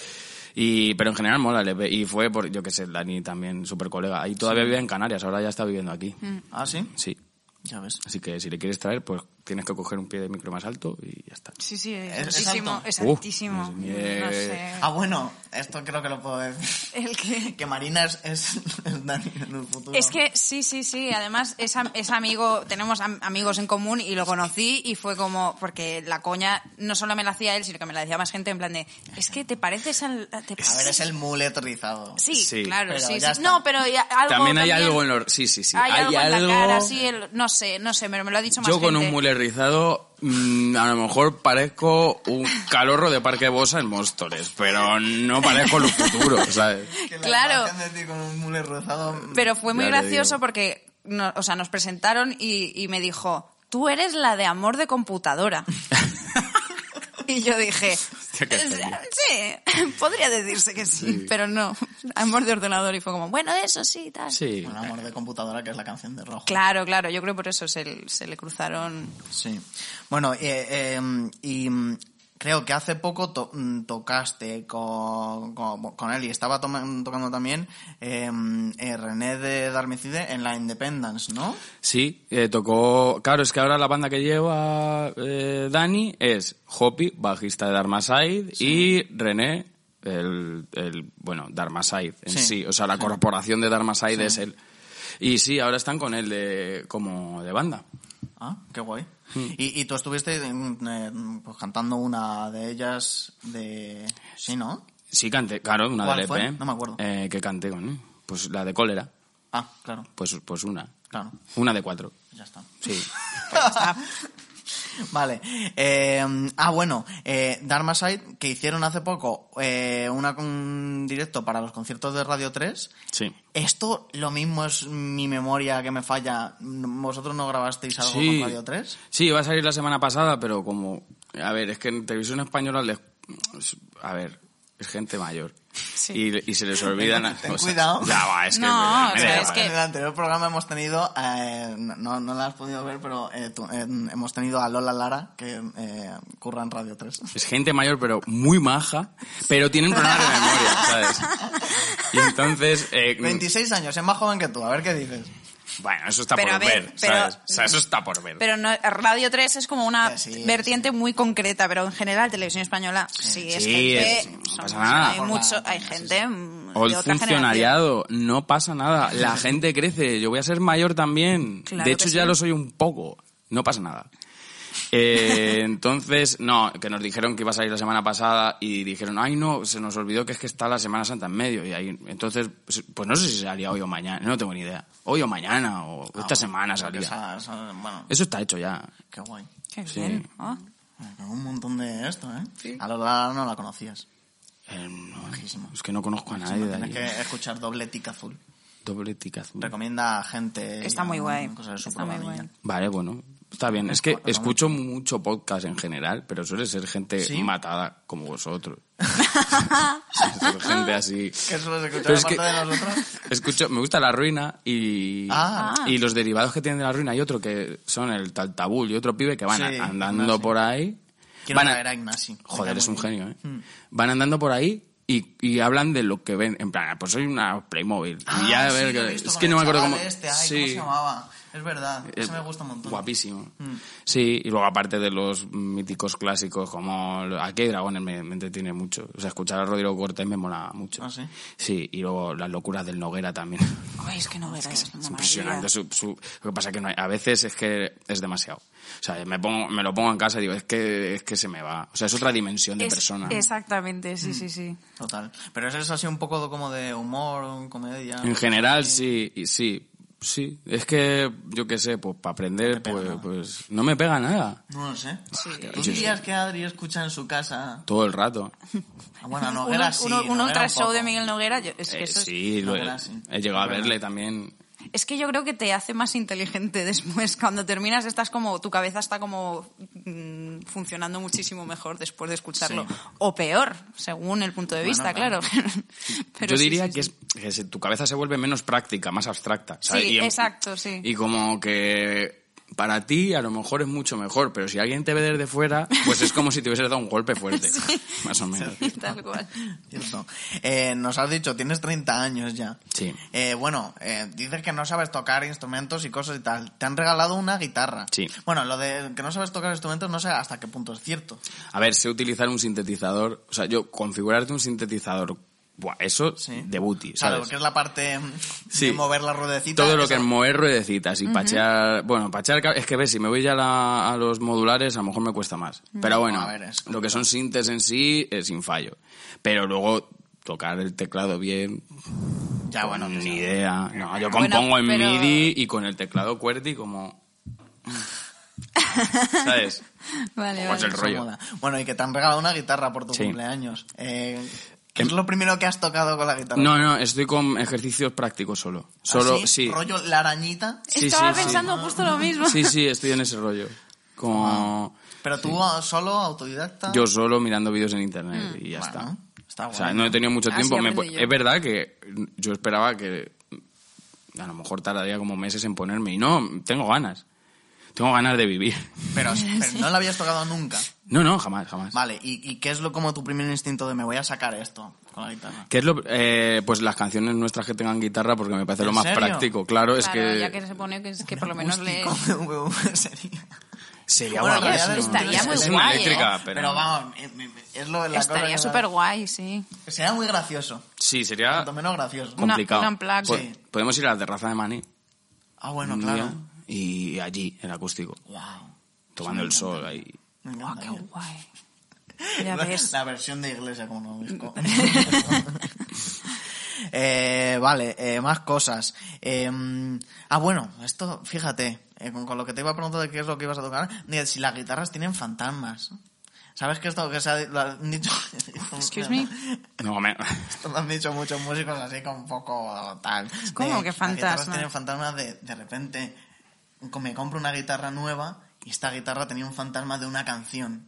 Speaker 3: Y, pero en general mola el EP. Y fue por, yo qué sé, Dani también, súper colega. Ahí todavía vivía en Canarias, ahora ya está viviendo aquí.
Speaker 2: Mm.
Speaker 1: ¿Ah, sí?
Speaker 3: Sí.
Speaker 1: Ya ves.
Speaker 3: Así que si le quieres traer, pues tienes que coger un pie de micro más alto y ya está.
Speaker 2: Sí, sí, es,
Speaker 1: Es- es
Speaker 2: altísimo.
Speaker 1: alto.
Speaker 2: Es
Speaker 3: Uh,
Speaker 2: altísimo.
Speaker 3: Dios mío.
Speaker 2: no sé.
Speaker 1: Ah, bueno, esto creo que lo puedo decir.
Speaker 2: El que...
Speaker 1: Que Marina es, es, es Dani en el futuro.
Speaker 2: Es que sí, sí, sí. Además, es, am- es amigo, tenemos am- amigos en común y lo conocí y fue como, porque la coña no solo me la hacía él, sino que me la decía más gente en plan de, es que te pareces al... te
Speaker 1: A ver,
Speaker 2: pareces-
Speaker 1: es el mulet rizado.
Speaker 2: Sí,
Speaker 3: Sí.
Speaker 2: claro,
Speaker 1: Pero
Speaker 2: sí,
Speaker 1: ya
Speaker 2: sí.
Speaker 1: está.
Speaker 2: No, pero ya- algo
Speaker 3: También hay algo en los... Sí, sí, sí.
Speaker 2: Hay, algo, en la cara,
Speaker 3: algo-
Speaker 2: sí, el- no sé, no sé, pero me lo ha dicho más
Speaker 3: Yo con
Speaker 2: gente.
Speaker 3: un mule rizado, mm, a lo mejor parezco un calorro de Parque Bosa en Móstoles, pero no parezco lo futuro, ¿sabes?
Speaker 1: Que la
Speaker 2: Claro.
Speaker 1: imagen de ti con un mulet rizado
Speaker 2: Pero fue muy
Speaker 3: Ya te
Speaker 2: gracioso
Speaker 3: digo.
Speaker 2: porque, no- o sea, nos presentaron y, y me dijo, tú eres la de amor de computadora. y yo dije,
Speaker 3: qué
Speaker 2: sí, podría decirse que sí, pero no, amor de ordenador. Y fue como, bueno, eso sí, tal.
Speaker 3: Sí.
Speaker 1: Un amor de computadora, que es la canción de Rojo.
Speaker 2: Claro, claro, yo creo por eso se, se le cruzaron.
Speaker 1: Sí. Bueno, eh, eh, y mm, creo que hace poco to- mm, tocaste con, con, con él y estaba toma- tocando también eh, eh, René de Darmicide en la Independence, ¿no?
Speaker 3: Sí, eh, tocó. Claro, es que ahora la banda que lleva eh, Dani es Hopi, bajista de Darmaside, y René, el, el bueno, Darmaside en
Speaker 1: Sí.
Speaker 3: sí. O sea, la corporación de Darmaside es él. Y sí, ahora están con él de, como de banda.
Speaker 1: Ah, qué guay. Y, y tú estuviste mm, eh, pues, cantando una de ellas de... Sí, ¿no?
Speaker 3: Sí, canté, claro, una
Speaker 1: ¿Cuál
Speaker 3: del EP.
Speaker 1: fue? No me acuerdo.
Speaker 3: Eh, que canté con él. Pues la de cólera.
Speaker 1: Ah, claro,
Speaker 3: Pues, pues una.
Speaker 1: claro.
Speaker 3: Una de cuatro.
Speaker 1: Ya está.
Speaker 3: Sí.
Speaker 1: Vale. Eh, ah, bueno, eh, Dharma Side, que hicieron hace poco eh, una, un directo para los conciertos de Radio 3.
Speaker 3: Sí.
Speaker 1: Esto lo mismo es mi memoria que me falla. ¿Vosotros no grabasteis algo con Radio 3?
Speaker 3: Sí, iba a salir la semana pasada, pero como... A ver, es que en televisión española les... A ver, es gente mayor. Y, y se les olvidan las
Speaker 1: Ten
Speaker 3: cosas.
Speaker 1: cuidado.
Speaker 3: Ya va, es que...
Speaker 2: No,
Speaker 3: me-
Speaker 2: o
Speaker 3: me
Speaker 2: sea,
Speaker 3: da
Speaker 2: es
Speaker 3: igual.
Speaker 2: que-
Speaker 1: En el anterior programa hemos tenido, eh, no, no la has podido ver, pero eh, tú- eh, hemos tenido a Lola Lara, que eh, curra en Radio 3.
Speaker 3: Es gente mayor, pero muy maja, pero tienen problemas de memoria, ¿sabes? Y entonces... eh,
Speaker 1: 26 años, es más joven que tú, a ver qué dices.
Speaker 3: Bueno, eso está
Speaker 2: Pero a
Speaker 3: por
Speaker 2: ver,
Speaker 3: ver,
Speaker 2: pero-
Speaker 3: ¿sabes? O sea, eso está por ver.
Speaker 2: Pero no, Radio 3 es como una
Speaker 1: Eh, sí,
Speaker 2: vertiente muy concreta, pero en general televisión española sí, es
Speaker 3: Sí,
Speaker 2: gente,
Speaker 3: es- no
Speaker 2: somos-
Speaker 3: pasa nada.
Speaker 2: hay
Speaker 1: Por
Speaker 2: mucho,
Speaker 1: la-
Speaker 2: hay
Speaker 1: sí,
Speaker 2: gente mm,
Speaker 3: O el
Speaker 2: de otra
Speaker 3: funcionariado, no pasa nada. La gente crece, yo voy a ser mayor también.
Speaker 2: Claro
Speaker 3: de
Speaker 2: que
Speaker 3: hecho,
Speaker 2: sí.
Speaker 3: ya lo soy un poco. No pasa nada. Eh, entonces, no, que nos dijeron que iba a salir la semana pasada y dijeron, ay no, se nos olvidó que es que está la Semana Santa en medio. Y ahí, entonces, pues, pues no sé si salía hoy o mañana, no tengo ni idea. Hoy o mañana,
Speaker 2: Ah,
Speaker 3: o esta semana
Speaker 1: Porque esa-
Speaker 3: salía.
Speaker 1: esa- bueno,
Speaker 3: Eso está hecho ya.
Speaker 1: qué guay.
Speaker 2: Qué
Speaker 3: Sí.
Speaker 2: bien, ¿no?
Speaker 1: Me cago en Un montón de esto, ¿eh? A Lola Lara no la conocías.
Speaker 3: Eh, no,
Speaker 1: Majísimo.
Speaker 3: es que no conozco a
Speaker 1: Sí,
Speaker 3: nadie
Speaker 1: no,
Speaker 3: de
Speaker 1: tienes
Speaker 3: ahí.
Speaker 1: que escuchar doble tic azul.
Speaker 3: Doble tic azul.
Speaker 1: Recomienda a gente.
Speaker 2: Está muy guay,
Speaker 1: Cosas de su
Speaker 2: está muy
Speaker 1: programilla.
Speaker 2: guay.
Speaker 3: Vale, bueno, está bien. Es que escucho mucho podcast en general, pero suele ser gente
Speaker 1: ¿Sí?
Speaker 3: matada como vosotros. Suele ser gente así.
Speaker 1: ¿Qué sueles escuchar
Speaker 3: Pero es
Speaker 1: aparte
Speaker 3: que-
Speaker 1: de nosotros?
Speaker 3: Escucho, me gusta La Ruina y,
Speaker 1: Ah.
Speaker 3: y los derivados que tienen de La Ruina. Hay otro que son el Taltabul y otro pibe que van
Speaker 1: Sí,
Speaker 3: andando
Speaker 1: Ignasi.
Speaker 3: por ahí.
Speaker 1: Quiero
Speaker 3: Van a-
Speaker 1: traer a Ignasi.
Speaker 3: Joder,
Speaker 1: Me
Speaker 3: es un
Speaker 1: cago en-
Speaker 3: genio, ¿eh? Van andando por ahí y, y hablan de lo que ven. En plan, ah, pues soy una Playmobil.
Speaker 1: Ah,
Speaker 3: y ya, a
Speaker 1: sí,
Speaker 3: ver,
Speaker 1: lo he
Speaker 3: que-
Speaker 1: visto
Speaker 3: es
Speaker 1: con
Speaker 3: que
Speaker 1: el
Speaker 3: no me acuerdo
Speaker 1: chaval
Speaker 3: cómo.
Speaker 1: Este, ay,
Speaker 3: sí.
Speaker 1: ¿Cómo se llamaba? Es verdad, ese
Speaker 3: Eh,
Speaker 1: me gusta un montón. Mm.
Speaker 3: Guapísimo. Sí, y luego aparte de los míticos clásicos como lo- Aquí hay dragones me, me entretiene mucho. O sea, escuchar a Rodrigo Cortés me mola mucho.
Speaker 1: Ah, ¿sí?
Speaker 3: Sí, y luego las locuras del Noguera también.
Speaker 2: Ay, es que no verás. es una
Speaker 3: Es impresionante.
Speaker 2: maravilla.
Speaker 3: Su, su- lo que pasa es que no hay- a veces es que es demasiado. O sea, me, pongo, me lo pongo en casa y digo, es que, es que se me va. O sea, es otra dimensión de
Speaker 2: Es-
Speaker 3: persona.
Speaker 2: Exactamente, sí, sí, sí.
Speaker 1: Total. Pero eso es así un poco como de humor, comedia.
Speaker 3: En general, sí, y sí. Sí, es que yo qué sé, pues para aprender,
Speaker 1: pega
Speaker 3: pues,
Speaker 1: nada.
Speaker 3: pues no me pega nada.
Speaker 1: No lo sé.
Speaker 2: Sí.
Speaker 1: ¿Tú
Speaker 3: Yo-
Speaker 1: dirías que Adri escucha en su casa?
Speaker 3: Todo el rato.
Speaker 1: Ah, Bueno,
Speaker 2: Un-
Speaker 1: Noguera
Speaker 2: un,
Speaker 1: sí.
Speaker 2: un- un
Speaker 1: Noguera
Speaker 2: ultra
Speaker 1: un
Speaker 2: show de
Speaker 1: poco.
Speaker 2: Miguel Noguera, yo- es, que
Speaker 3: Eh,
Speaker 2: eso es-
Speaker 3: sí,
Speaker 1: No,
Speaker 3: lo-
Speaker 1: era así.
Speaker 3: he llegado a
Speaker 1: Bueno.
Speaker 3: verle también.
Speaker 2: es que yo creo que te hace más inteligente después. Cuando terminas estás como, tu cabeza está como mm, funcionando muchísimo mejor después de escucharlo.
Speaker 1: Sí.
Speaker 2: O peor, según el punto de
Speaker 1: Bueno,
Speaker 2: vista,
Speaker 1: claro.
Speaker 2: claro. Pero
Speaker 3: Yo
Speaker 2: sí,
Speaker 3: diría
Speaker 2: sí,
Speaker 3: que,
Speaker 2: sí.
Speaker 3: Es, que se- tu cabeza se vuelve menos práctica, más abstracta. ¿sabes?
Speaker 2: Sí,
Speaker 3: Y en-
Speaker 2: exacto, sí.
Speaker 3: Y como que para ti a lo mejor es mucho mejor, pero si alguien te ve desde fuera, pues es como si te hubieses dado un golpe fuerte, más o menos.
Speaker 2: Tal cual.
Speaker 1: Cierto. Eh, nos has dicho, tienes 30 años ya.
Speaker 3: Sí.
Speaker 1: Eh, bueno, eh, dices que no sabes tocar instrumentos y cosas y tal. Te han regalado una guitarra.
Speaker 3: Sí.
Speaker 1: Bueno, lo de que no sabes tocar instrumentos no sé hasta qué punto es cierto.
Speaker 3: A ver, sé utilizar un sintetizador, o sea, yo configurarte un sintetizador, buah, eso
Speaker 1: Sí.
Speaker 3: de booty,
Speaker 1: O sea,
Speaker 3: ¿sabes?
Speaker 1: lo que es la parte mm, de
Speaker 3: Sí.
Speaker 1: mover la ruedecita.
Speaker 3: Todo lo que
Speaker 1: eso-
Speaker 3: es mover ruedecitas y pachear. Bueno, pachear. ca- Es que ves, si me voy ya a la- a los modulares, a lo mejor me cuesta más. Pero bueno,
Speaker 1: Mm. A ver, es
Speaker 3: lo que son sintes en sí, eh, sin fallo. Pero luego tocar el teclado bien, pues,
Speaker 1: Ya, bueno.
Speaker 3: ni
Speaker 1: que sea.
Speaker 3: idea. No, yo
Speaker 2: Bueno,
Speaker 3: compongo en
Speaker 2: pero-
Speaker 3: MIDI y con el teclado QWERTY como. ¿Sabes?
Speaker 2: Vale,
Speaker 3: Pues
Speaker 2: vale.
Speaker 3: el rollo.
Speaker 1: Mola. Bueno, y que te han regalado una guitarra por tu
Speaker 3: Sí. Em-
Speaker 1: cumpleaños. Eh, ¿Qué es lo primero que has tocado con la guitarra?
Speaker 3: No, no, estoy con ejercicios prácticos solo. Solo,
Speaker 1: ¿Así?
Speaker 3: sí.
Speaker 1: ¿Ah, ¿Rollo la arañita?
Speaker 3: Sí,
Speaker 2: Estaba
Speaker 3: sí, sí.
Speaker 2: pensando justo lo mismo.
Speaker 3: Sí, sí, estoy en ese rollo. Como.
Speaker 1: Pero tú ah, solo, autodidacta.
Speaker 3: Yo solo mirando vídeos en internet y ya
Speaker 1: Bueno,
Speaker 3: está.
Speaker 1: está
Speaker 3: O sea,
Speaker 1: guay.
Speaker 3: no he tenido mucho
Speaker 2: Así
Speaker 3: tiempo. Me
Speaker 2: aprendí
Speaker 3: po-
Speaker 2: yo.
Speaker 3: es verdad que yo esperaba que a lo mejor tardaría como meses en ponerme y no, tengo ganas. Tengo ganas de vivir.
Speaker 1: Pero, pero no la habías tocado nunca.
Speaker 3: No, no, jamás, jamás.
Speaker 1: Vale, ¿y, y qué es lo como tu primer instinto de me voy a sacar esto con la guitarra?
Speaker 3: ¿Qué es lo, eh, pues las canciones nuestras que tengan guitarra porque me parece
Speaker 1: ¿En
Speaker 3: lo más
Speaker 1: serio?
Speaker 3: práctico. Claro, es
Speaker 2: Claro,
Speaker 3: pues que...
Speaker 2: ya que se pone que, es que por lo menos le...
Speaker 1: Acústico, sería.
Speaker 3: Sería
Speaker 1: Bueno, en
Speaker 3: guapísimo.
Speaker 1: realidad
Speaker 2: estaría
Speaker 1: es-
Speaker 2: muy
Speaker 1: es
Speaker 3: es
Speaker 1: una
Speaker 3: una
Speaker 2: guay, ¿eh?
Speaker 3: eléctrica,
Speaker 1: pero...
Speaker 3: pero...
Speaker 1: vamos, eh, me- me- es lo de la
Speaker 2: Estaría
Speaker 1: cosa que-
Speaker 2: súper guay, sí.
Speaker 1: Sería muy gracioso,
Speaker 3: Sí, sería
Speaker 1: cuanto menos gracioso.
Speaker 2: Una-
Speaker 3: complicado.
Speaker 2: una unplugged.
Speaker 3: Po-
Speaker 1: Sí.
Speaker 3: Podemos ir a la terraza de Maní.
Speaker 1: Ah, bueno,
Speaker 3: un
Speaker 1: claro.
Speaker 3: día Y allí, en acústico,
Speaker 1: Wow.
Speaker 3: tomando el sol ahí.
Speaker 2: Guau, qué guay. Ya ves.
Speaker 1: La versión de iglesia, como lo disco. Eh, vale, eh, más cosas. Eh, ah, bueno, esto, fíjate, eh, con, con lo que te iba a preguntar de qué es lo que ibas a tocar, de si las guitarras tienen fantasmas. ¿Sabes que esto que se ha lo han dicho?
Speaker 2: Excuse me.
Speaker 3: No, me...
Speaker 1: Esto lo han dicho muchos músicos así con un poco tal.
Speaker 2: ¿Cómo que
Speaker 1: Las guitarras
Speaker 2: fantasma?
Speaker 1: tienen fantasmas de, de repente. como Me compro una guitarra nueva y esta guitarra tenía un fantasma de una canción.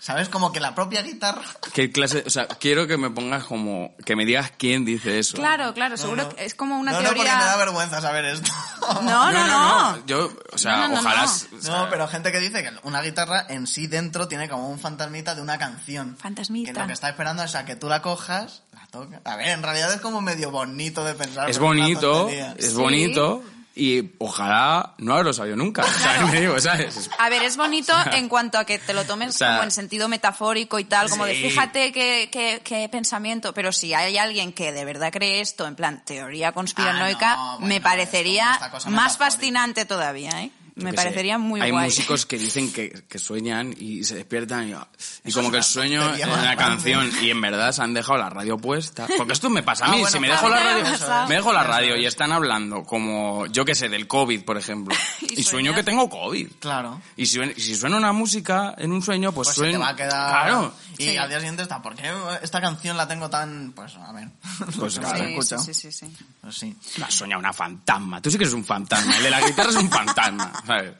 Speaker 1: ¿Sabes? Como que la propia guitarra.
Speaker 3: ¿Qué clase? O sea, quiero que me pongas como... Que me digas quién dice eso.
Speaker 2: Claro, claro, seguro
Speaker 1: No, no.
Speaker 2: que es como una
Speaker 1: no, No, porque me da
Speaker 2: teoría...
Speaker 1: vergüenza saber esto.
Speaker 2: No, no, no.
Speaker 3: Yo, o sea,
Speaker 2: No, no, no,
Speaker 3: ojalá...
Speaker 2: no.
Speaker 3: s- o sea,
Speaker 1: No, pero gente que dice que una guitarra en sí dentro tiene como un fantasmita de una canción.
Speaker 2: Fantasmita.
Speaker 1: Que lo que está esperando es a que tú la cojas, la toques. A ver, en realidad es como medio bonito de pensar.
Speaker 3: Es
Speaker 1: pero una
Speaker 3: bonito,
Speaker 1: tontería.
Speaker 3: es
Speaker 2: Sí.
Speaker 3: bonito y ojalá no haberlo sabido nunca. ¿Sabes? Me digo, ¿sabes?
Speaker 2: A ver, es bonito en cuanto a que te lo tomes
Speaker 3: O sea,
Speaker 2: como en sentido metafórico y tal, como de
Speaker 3: sí.
Speaker 2: fíjate qué, qué- qué pensamiento, pero si hay alguien que de verdad cree esto, en plan teoría conspiranoica,
Speaker 1: Ah, no, bueno,
Speaker 2: me
Speaker 1: es como esta
Speaker 2: cosa
Speaker 1: cosa
Speaker 2: más
Speaker 1: metafórica.
Speaker 2: fascinante todavía, ¿eh?
Speaker 3: Yo
Speaker 2: Me
Speaker 3: qué sé.
Speaker 2: parecería muy
Speaker 3: Hay
Speaker 2: guay.
Speaker 3: músicos que dicen que, que sueñan y se despiertan y, y
Speaker 1: Eso
Speaker 3: como
Speaker 1: es
Speaker 3: que
Speaker 1: una
Speaker 3: el sueño
Speaker 1: tontería
Speaker 3: es
Speaker 1: más
Speaker 3: una
Speaker 1: grande.
Speaker 3: canción y en verdad se han dejado la radio puesta. Porque esto me pasa a
Speaker 1: Ah,
Speaker 3: mí,
Speaker 1: bueno,
Speaker 3: si me
Speaker 1: claro,
Speaker 3: dejo la
Speaker 2: me ha
Speaker 3: radio,
Speaker 2: pasado.
Speaker 3: me dejo la
Speaker 1: Eso
Speaker 3: radio y
Speaker 1: es.
Speaker 3: están hablando como, yo qué sé, del COVID, por ejemplo.
Speaker 2: Y
Speaker 3: y, sueño
Speaker 2: sueñas.
Speaker 3: que tengo COVID.
Speaker 1: Claro.
Speaker 3: Y si, si suena una música en un sueño, pues,
Speaker 1: pues se
Speaker 3: suena...
Speaker 1: te va a quedar
Speaker 3: Claro.
Speaker 1: y
Speaker 2: Sí.
Speaker 1: al día siguiente está ¿por qué esta canción la tengo tan pues a ver
Speaker 3: Pues
Speaker 1: No
Speaker 3: claro.
Speaker 1: se
Speaker 2: Sí,
Speaker 1: escucha.
Speaker 2: sí, sí, sí, sí.
Speaker 1: Pues sí
Speaker 3: La sueña una fantasma. Tú sí que eres un fantasma. El de la guitarra es un fantasma, ¿sabes?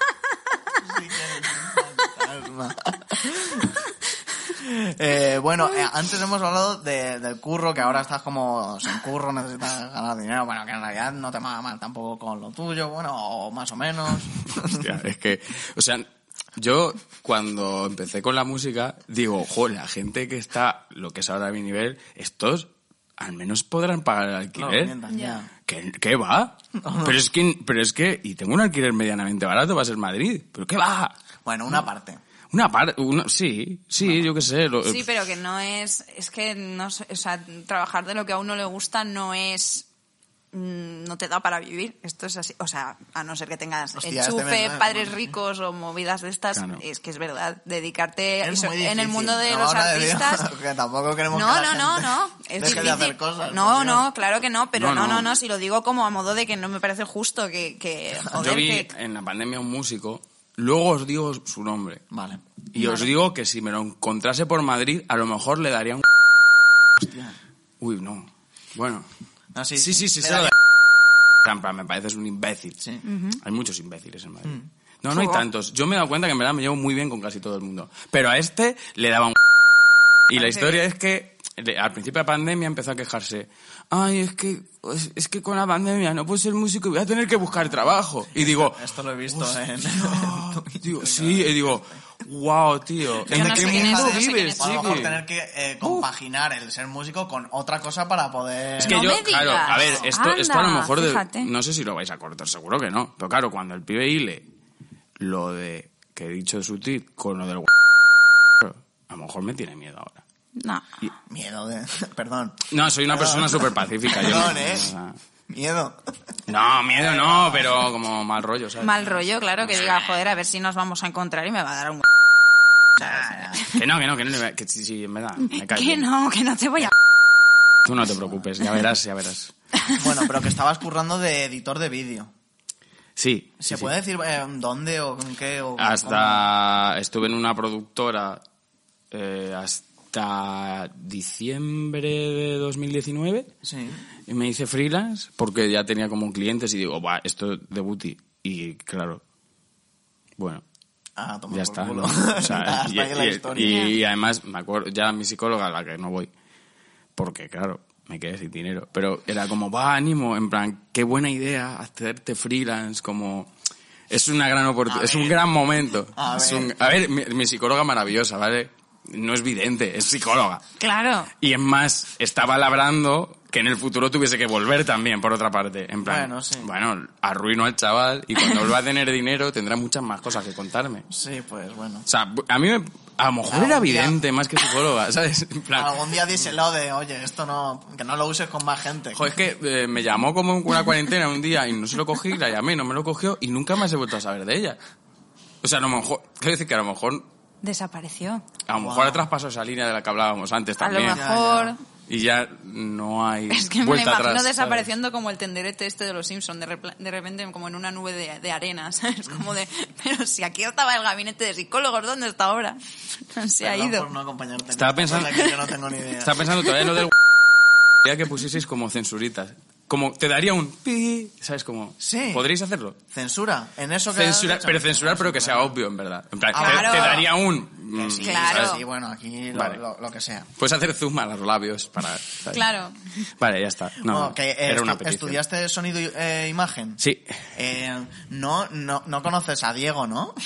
Speaker 1: Eh, bueno eh, antes hemos hablado de- del curro que ahora estás como sin curro necesitas ganar dinero bueno que en realidad no te va mal tampoco con lo tuyo bueno o más o menos
Speaker 3: ¿Eh? Hostia, es que, o sea, yo cuando empecé con la música, digo, jo, la gente que está, lo que es ahora mi nivel, estos al menos podrán pagar el
Speaker 1: Claro,
Speaker 3: alquiler.
Speaker 1: mientras, ya.
Speaker 3: ¿Qué, qué va? Pero es que, pero es que, y tengo un alquiler medianamente barato, va a ser Madrid. ¿Pero qué va?
Speaker 1: bueno una parte
Speaker 3: Una parte, una, sí, sí, yo qué sé. lo-
Speaker 2: Sí, pero que no es, es que no, sé, o sea, trabajar de lo que a uno le gusta no es mm, no te da para vivir, esto es así, o sea, a no ser que tengas
Speaker 1: Hostia, este
Speaker 2: enchufe,
Speaker 1: me-
Speaker 2: padres ricos o movidas de estas,
Speaker 3: Claro.
Speaker 2: es que es verdad, dedicarte
Speaker 1: Es
Speaker 2: y so-
Speaker 1: muy
Speaker 2: en el
Speaker 1: difícil.
Speaker 2: mundo de
Speaker 1: No,
Speaker 2: los
Speaker 1: ahora digo
Speaker 2: artistas
Speaker 1: que tampoco queremos que
Speaker 2: no,
Speaker 1: la
Speaker 2: no, no,
Speaker 1: gente
Speaker 2: no. Es
Speaker 1: deje de hacer
Speaker 2: difícil.
Speaker 1: cosas
Speaker 2: no,
Speaker 1: por Dios.
Speaker 2: no, claro que no, pero
Speaker 3: No,
Speaker 2: no, no,
Speaker 3: no.
Speaker 2: no, si lo digo como a modo de que no me parece justo que, que
Speaker 3: yo
Speaker 2: joder,
Speaker 3: vi
Speaker 2: que...
Speaker 3: en la pandemia un músico, luego os digo su nombre.
Speaker 1: vale
Speaker 3: Y os digo que si me lo encontrase por Madrid, a lo mejor le daría un...
Speaker 1: Hostia.
Speaker 3: Uy, no. Bueno.
Speaker 1: No, sí,
Speaker 3: Ah, Sí, sí, sí,
Speaker 1: Le
Speaker 3: sé
Speaker 1: da-
Speaker 3: lo de... Trampa, me pareces un imbécil.
Speaker 1: Sí.
Speaker 2: Mm.
Speaker 1: Mm.
Speaker 3: Hay muchos imbéciles en Madrid. No, no hay
Speaker 2: Joder.
Speaker 3: tantos. Yo me he dado cuenta que en verdad me llevo muy bien con casi todo el mundo. Pero a este le daba un... Y la
Speaker 2: Ah,
Speaker 3: historia es que le- al principio de la pandemia empezó a quejarse. Ay, es que, es, es que con la pandemia no puedo ser músico y voy a tener que buscar trabajo. Y digo,
Speaker 1: Esto lo he visto en...
Speaker 3: "Ah", digo, sí, y digo, wow, tío, ¿en
Speaker 2: Yo no
Speaker 3: qué
Speaker 2: sé quién es,
Speaker 3: mundo
Speaker 2: yo no sé quién
Speaker 3: vives,
Speaker 2: es.
Speaker 1: a lo mejor
Speaker 3: chiqui?
Speaker 1: tener que eh, compaginar el ser músico con otra cosa para poder...
Speaker 3: Es que
Speaker 2: No
Speaker 3: yo,
Speaker 2: me
Speaker 3: claro,
Speaker 2: digas.
Speaker 3: a ver, esto, esto a lo
Speaker 2: Anda,
Speaker 3: mejor, de-
Speaker 2: fíjate.
Speaker 3: no sé si lo vais a cortar, seguro que no. Pero claro, cuando el pibe hile lo de que he dicho de su tit con lo del a lo mejor me tiene miedo ahora.
Speaker 2: No.
Speaker 1: Miedo de... Perdón.
Speaker 3: No, soy una persona súper pacífica. Yo no,
Speaker 1: Perdón, ¿eh?
Speaker 3: o sea,
Speaker 1: Miedo.
Speaker 3: no, miedo no, pero como mal rollo, ¿sabes?
Speaker 2: Mal rollo, claro, que diga, joder, a ver si nos vamos a encontrar y me va a dar un...
Speaker 3: Que no, que no, que no, le- que sí, sí, en verdad, me cae
Speaker 2: Que
Speaker 3: bien.
Speaker 2: no, que no te voy a...
Speaker 3: Tú no te preocupes, ya verás, ya verás.
Speaker 1: Bueno, pero que estabas currando de editor de vídeo.
Speaker 3: Sí, sí,
Speaker 1: ¿Se
Speaker 3: sí.
Speaker 1: puede decir eh, dónde o con qué? O
Speaker 3: Hasta estuve en una productora eh, hasta diciembre de 2019
Speaker 1: cómo? Sí.
Speaker 3: y me hice freelance porque ya tenía como clientes y digo, va, esto es de Buti. Y claro, bueno,
Speaker 1: Ah, toma
Speaker 3: ya
Speaker 1: por
Speaker 3: está.
Speaker 1: culo.
Speaker 3: ¿no? O sea,
Speaker 1: Hasta
Speaker 3: y,
Speaker 1: ahí la
Speaker 3: y-
Speaker 1: historia.
Speaker 3: y además, me acuerdo, ya mi psicóloga a la que no voy, porque claro, me quedé sin dinero. Pero era como, va, ánimo, en plan, qué buena idea hacerte freelance, como... Es una gran oportunidad, es un gran momento.
Speaker 1: A
Speaker 3: Es
Speaker 1: ver.
Speaker 3: un- a ver, mi, mi psicóloga maravillosa, ¿vale? No es vidente, es psicóloga.
Speaker 2: Claro.
Speaker 3: Y es más, estaba labrando que en el futuro tuviese que volver también, por otra parte. En plan,
Speaker 1: Bueno, sí.
Speaker 3: bueno, arruino al chaval y cuando vuelva a tener dinero tendrá muchas más cosas que contarme.
Speaker 1: Sí, pues bueno.
Speaker 3: O sea, bu- a mí me- a lo mejor
Speaker 1: Algún
Speaker 3: era
Speaker 1: día-
Speaker 3: vidente más que psicóloga, ¿sabes? En plan,
Speaker 1: Algún día díselo de, oye, esto no, que no lo uses con más gente.
Speaker 3: jo, es que eh, me llamó como en una cuarentena un día y no se lo cogí, la llamé, no me lo cogió y nunca más he vuelto a saber de ella. O sea, a lo mejor, quiero decir que a lo mejor,
Speaker 2: Desapareció.
Speaker 3: a lo mejor ha traspasado esa línea de la que hablábamos antes también.
Speaker 2: A lo mejor.
Speaker 1: Ya,
Speaker 3: Y ya no hay
Speaker 2: Es que me la
Speaker 3: vuelta
Speaker 2: imagino
Speaker 3: atrás, ¿sabes?
Speaker 2: desapareciendo como el tenderete este de los Simpsons, de, repla- de repente como en una nube de, de arena, ¿sabes? Como de, pero si aquí estaba el gabinete de psicólogos, ¿dónde está ahora? Se ha
Speaker 1: Perdón
Speaker 2: ido.
Speaker 1: por no acompañarte. en
Speaker 3: Estaba
Speaker 1: esta
Speaker 3: pensando-
Speaker 1: cosa que yo no tengo ni idea.
Speaker 3: Estaba pensando todavía en lo del ya que pusieseis como censuritas. Como te daría un pi, ¿sabes? Como
Speaker 1: Sí.
Speaker 3: podríais hacerlo.
Speaker 1: Censura, en eso que... has
Speaker 3: Censurar,
Speaker 1: dicho.
Speaker 3: pero censurar pero que sea obvio en verdad. En plan, te-
Speaker 2: Claro.
Speaker 3: te, daría un mm,
Speaker 1: Sí,
Speaker 2: Claro.
Speaker 1: Sí, bueno, aquí lo,
Speaker 3: Vale.
Speaker 1: lo- lo que sea.
Speaker 3: Puedes hacer zoom a los labios para ¿sabes?
Speaker 2: Claro.
Speaker 3: Vale, ya está. No,
Speaker 1: Bueno,
Speaker 3: no,
Speaker 1: que, eh,
Speaker 3: era una
Speaker 1: estu-
Speaker 3: petición.
Speaker 1: ¿Estudiaste sonido e imagen?
Speaker 3: Sí.
Speaker 1: Eh, no, no, no conoces a Diego, ¿no?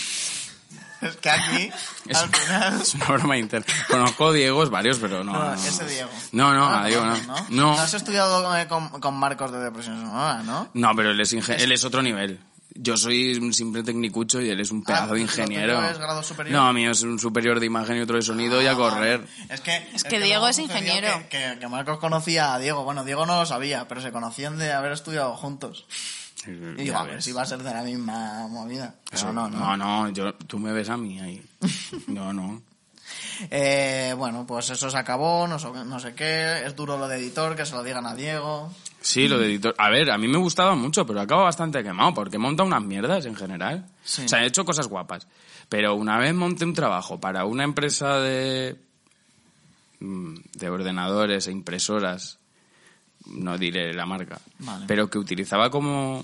Speaker 1: es que aquí,
Speaker 3: Es,
Speaker 1: al final...
Speaker 3: es una broma interna. Conozco Diegos varios, pero no.
Speaker 1: No, ese Diego.
Speaker 3: No, no,
Speaker 1: Ah,
Speaker 3: a Diego no.
Speaker 1: ¿no?
Speaker 3: No,
Speaker 1: has estudiado eh, con, con Marcos de Depresión Sonora, ¿no?
Speaker 3: No, pero él es, ingen- él es otro nivel. Yo soy un simple tecnicucho y él es un pedazo de
Speaker 1: ¿lo tuyo
Speaker 3: ingeniero.
Speaker 1: es grado superior? Ah.
Speaker 3: No, mío es un superior de imagen y otro de sonido y a correr.
Speaker 1: Es que, es
Speaker 2: que Diego
Speaker 1: luego
Speaker 2: es
Speaker 1: sucedió
Speaker 2: ingeniero.
Speaker 1: Que, que- que Marcos conocía a Diego. Bueno, Diego no lo sabía, pero se conocían de haber estudiado juntos. Y digo,
Speaker 3: Ya
Speaker 1: a ver
Speaker 3: ves.
Speaker 1: si va a ser de la misma movida. Pero
Speaker 3: Eso-
Speaker 1: no, no.
Speaker 3: no, yo, tú me ves a mí ahí. No, no.
Speaker 1: Eh, bueno, pues eso se acabó, no, so- no sé qué. Es duro lo de editor, que se lo digan a Diego.
Speaker 3: Sí, lo de editor. A ver, a mí me gustaba mucho, pero acaba bastante quemado porque monta unas mierdas en general.
Speaker 1: Sí.
Speaker 3: O sea, he hecho cosas guapas. Pero una vez monté un trabajo para una empresa de. mm, de ordenadores e impresoras. No diré la marca.
Speaker 1: Vale.
Speaker 3: Pero que utilizaba como.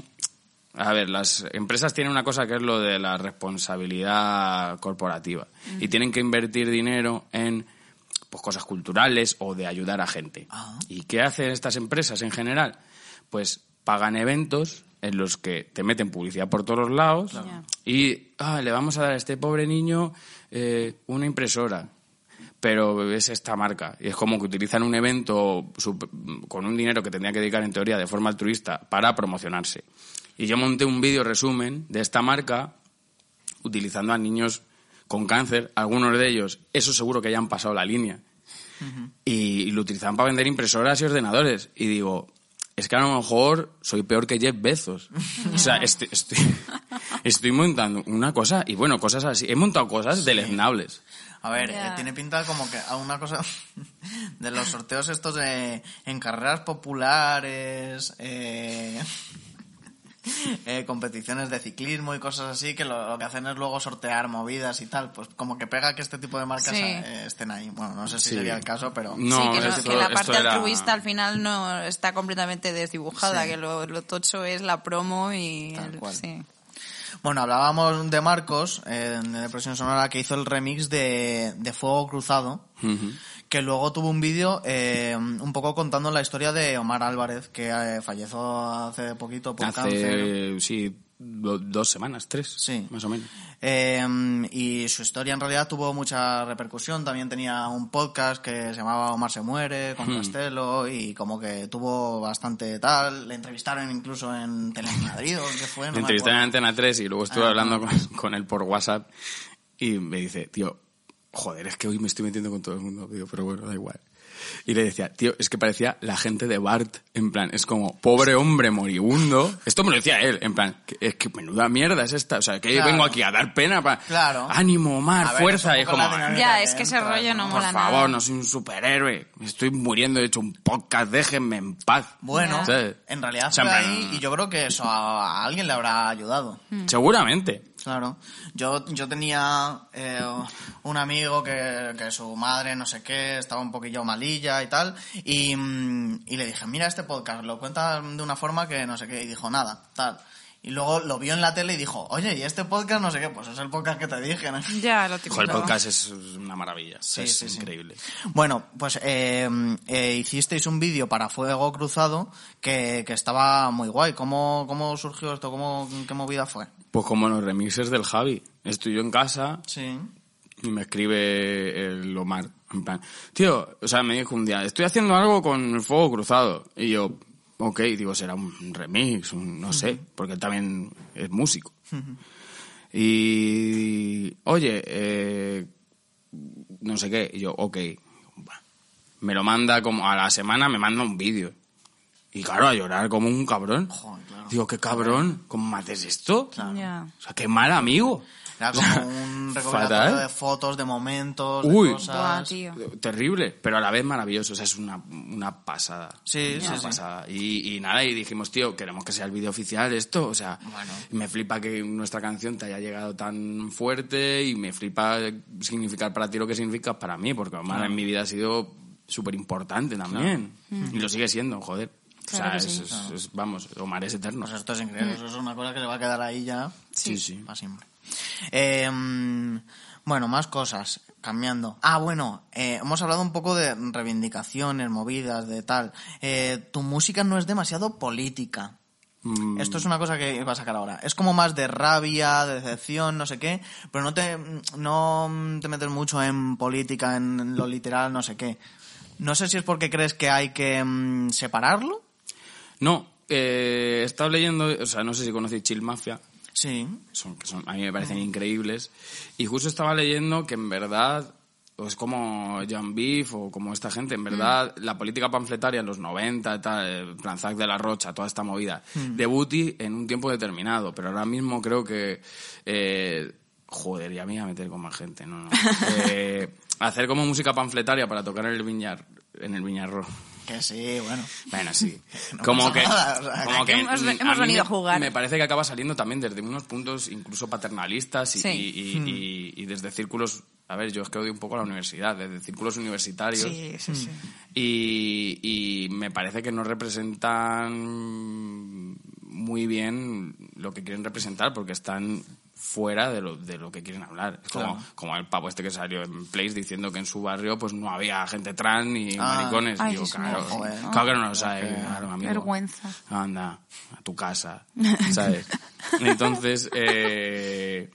Speaker 3: A ver, las empresas tienen una cosa que es lo de la responsabilidad corporativa. Y tienen que invertir dinero en pues cosas culturales o de ayudar a gente.
Speaker 1: Ah.
Speaker 3: ¿Y qué hacen estas empresas en general? Pues pagan eventos en los que te meten publicidad por todos los lados
Speaker 2: Claro.
Speaker 3: y ah, le vamos a dar a este pobre niño eh, una impresora. Pero es esta marca. Y es como que utilizan un evento sup- con un dinero que tendría que dedicar en teoría de forma altruista para promocionarse. Y yo monté un vídeo resumen de esta marca utilizando a niños con cáncer, algunos de ellos, eso seguro que ya han pasado la línea. Y lo utilizaban para vender impresoras y ordenadores. Y digo, es que a lo mejor soy peor que Jeff Bezos. o sea, estoy, estoy, estoy montando una cosa, y bueno, cosas así. He montado cosas deleznables.
Speaker 1: A ver,
Speaker 2: Ya.
Speaker 1: eh, tiene pinta como que a una cosa de los sorteos estos de, en carreras populares, eh, eh, competiciones de ciclismo y cosas así, que lo, lo que hacen es luego sortear movidas y tal. Pues como que pega que este tipo de marcas
Speaker 2: Sí.
Speaker 1: eh, estén ahí. Bueno, no sé si
Speaker 3: Sí.
Speaker 1: sería el caso, pero...
Speaker 3: No,
Speaker 2: sí, que, no-
Speaker 3: esto-
Speaker 2: que la
Speaker 3: esto
Speaker 2: parte
Speaker 3: era-
Speaker 2: altruista al final no está completamente desdibujada,
Speaker 1: Sí.
Speaker 2: que lo, lo tocho es la promo y...
Speaker 1: Tal
Speaker 2: el-
Speaker 1: cual.
Speaker 2: sí.
Speaker 1: Bueno, hablábamos de Marcos, eh, de Depresión Sonora, que hizo el remix de, de Fuego Cruzado, que luego tuvo un vídeo eh, un poco contando la historia de Omar Álvarez, que eh, falleció hace poquito por cáncer.
Speaker 3: Hace, sí, do- dos semanas, tres,
Speaker 1: Sí.
Speaker 3: más o menos.
Speaker 1: Eh, y su historia en realidad tuvo mucha repercusión. También tenía un podcast que se llamaba Omar se muere con Castelo y como que tuvo bastante tal. Le entrevistaron incluso en Telemadrid o qué fue. No
Speaker 3: Me
Speaker 1: me
Speaker 3: entrevisté en
Speaker 1: acuerdo.
Speaker 3: Antena 3 y luego estuve
Speaker 1: Ah,
Speaker 3: hablando con, con él por WhatsApp y me dice, tío, joder, es que hoy me estoy metiendo con todo el mundo, digo, pero bueno, da igual. Y le decía, tío, es que parecía la gente de Bart, en plan, es como, pobre hombre moribundo. Esto me lo decía él, en plan, que- es que menuda mierda es esta, o sea, que
Speaker 1: Claro.
Speaker 3: vengo aquí a dar pena, para
Speaker 1: Claro.
Speaker 3: ánimo, Omar,
Speaker 1: A ver,
Speaker 3: fuerza,
Speaker 1: es un
Speaker 3: y es
Speaker 1: poco
Speaker 3: como,
Speaker 1: la dinámica
Speaker 2: Ya, es que ese
Speaker 1: entras,
Speaker 2: rollo no
Speaker 3: por
Speaker 2: mola
Speaker 3: favor,
Speaker 2: nada.
Speaker 3: no soy un superhéroe, me estoy muriendo, he hecho un podcast, déjenme en paz.
Speaker 1: Bueno,
Speaker 3: ¿Sabes?
Speaker 1: en realidad
Speaker 3: O sea,
Speaker 1: fue
Speaker 3: en plan-
Speaker 1: ahí y yo creo que eso a, a alguien le habrá ayudado.
Speaker 3: Seguramente.
Speaker 1: Claro. Yo, yo tenía eh, un amigo que, que su madre, no sé qué, estaba un poquillo malilla y tal, y, mm, y le dije, mira este podcast, lo cuentan de una forma que no sé qué, y dijo, nada, tal. Y luego lo vio en la tele y dijo, oye, ¿y este podcast no sé qué? Pues es el podcast que te dije, ¿no?
Speaker 2: Ya, lo típico.
Speaker 3: Joder, el podcast es una maravilla. o sea,
Speaker 1: Sí,
Speaker 3: es
Speaker 1: sí, sí.
Speaker 3: increíble.
Speaker 1: Bueno, pues eh, eh, hicisteis un vídeo para Fuego Cruzado que, que estaba muy guay. ¿Cómo, cómo surgió esto? ¿Cómo, ¿Qué movida fue?
Speaker 3: Pues como los remixes del Javi. Estoy yo en casa
Speaker 1: Sí.
Speaker 3: y me escribe el Omar. En plan, tío, o sea, me dijo un día, estoy haciendo algo con el fuego cruzado. Y yo, ok, digo, será un remix, un- no sé, porque él también es músico. Y, oye, eh, no sé qué. Y yo, ok. va. Me lo manda como a la semana, me manda un vídeo. Y claro, a llorar como un cabrón.
Speaker 1: Joder, claro.
Speaker 3: Digo, qué cabrón, ¿cómo haces esto?
Speaker 1: Claro.
Speaker 2: Ya.
Speaker 3: O sea, qué mal amigo.
Speaker 1: Era
Speaker 3: O sea,
Speaker 1: como un recopilatorio
Speaker 3: fatal.
Speaker 1: de fotos, de momentos,
Speaker 3: Uy.
Speaker 1: de
Speaker 2: Buah,
Speaker 1: cosas.
Speaker 2: tío.
Speaker 3: Terrible, pero a la vez maravilloso. O sea, es una, una pasada.
Speaker 1: Sí,
Speaker 3: Una
Speaker 1: sí, sí.
Speaker 3: pasada. Y, y nada, y dijimos, tío, queremos que sea el vídeo oficial esto. O sea,
Speaker 1: Bueno.
Speaker 3: me flipa que nuestra canción te haya llegado tan fuerte y me flipa significar para ti lo que significa para mí, porque además en mi vida ha sido súper importante también.
Speaker 1: Mm.
Speaker 3: Y lo sigue siendo, joder.
Speaker 2: Claro
Speaker 3: o sea,
Speaker 2: que
Speaker 3: es,
Speaker 2: sí.
Speaker 3: es- es- vamos, Omar es eterno.
Speaker 1: Pues esto es increíble. Eso es una cosa que se va a quedar ahí ya
Speaker 3: Sí, sí.
Speaker 1: para siempre. Eh, mm, bueno, más cosas. Cambiando. Ah, bueno, eh, hemos hablado un poco de reivindicaciones, movidas, de tal. Eh, tu música no es demasiado política.
Speaker 3: Mm,
Speaker 1: Esto es una cosa que iba a sacar ahora. Es como más de rabia, de decepción, no sé qué, pero no te, no te metes mucho en política, en lo literal, no sé qué. No sé si es porque crees que hay que mm, separarlo.
Speaker 3: No, eh, he estado leyendo, o sea, no sé si conocéis Chill Mafia.
Speaker 1: Sí.
Speaker 3: son, que son- a mí me parecen increíbles. Y justo estaba leyendo que en verdad, o es como Jan Beef o como esta gente, en verdad, la política panfletaria en los 90, y tal, el plan Zac de la Rocha, toda esta movida, de Buti en un tiempo determinado, pero ahora mismo creo que... eh, joder, ya me iba a meter con más gente, no, no. Eh, hacer como música panfletaria para tocar en el viñar, en el viñarro.
Speaker 1: Que sí, bueno.
Speaker 3: Bueno, sí.
Speaker 1: No
Speaker 3: como
Speaker 1: pasa
Speaker 3: que,
Speaker 1: nada, o sea,
Speaker 3: como que
Speaker 2: hemos-
Speaker 3: mm,
Speaker 2: hemos
Speaker 3: mí
Speaker 2: venido a
Speaker 3: me-
Speaker 2: jugar.
Speaker 3: Me parece que acaba saliendo también desde unos puntos incluso paternalistas y,
Speaker 2: Sí. Hmm.
Speaker 3: y- y- y- y desde círculos. A ver, yo es que odio un poco la universidad, desde círculos universitarios.
Speaker 2: Sí, sí, sí.
Speaker 1: Mm.
Speaker 3: Y, y me parece que no representan muy bien lo que quieren representar porque están fuera de lo, de lo que quieren hablar. Es como,
Speaker 1: Claro.
Speaker 3: como el pavo este que salió en Place diciendo que en su barrio pues no había gente trans ni
Speaker 1: Ah.
Speaker 3: maricones.
Speaker 2: Ay,
Speaker 3: Digo,
Speaker 2: Dios mío,
Speaker 3: claro,
Speaker 1: joder.
Speaker 3: claro que no lo sabe, claro, amigo.
Speaker 2: vergüenza.
Speaker 3: Anda, a tu casa, ¿sabes? Entonces, eh,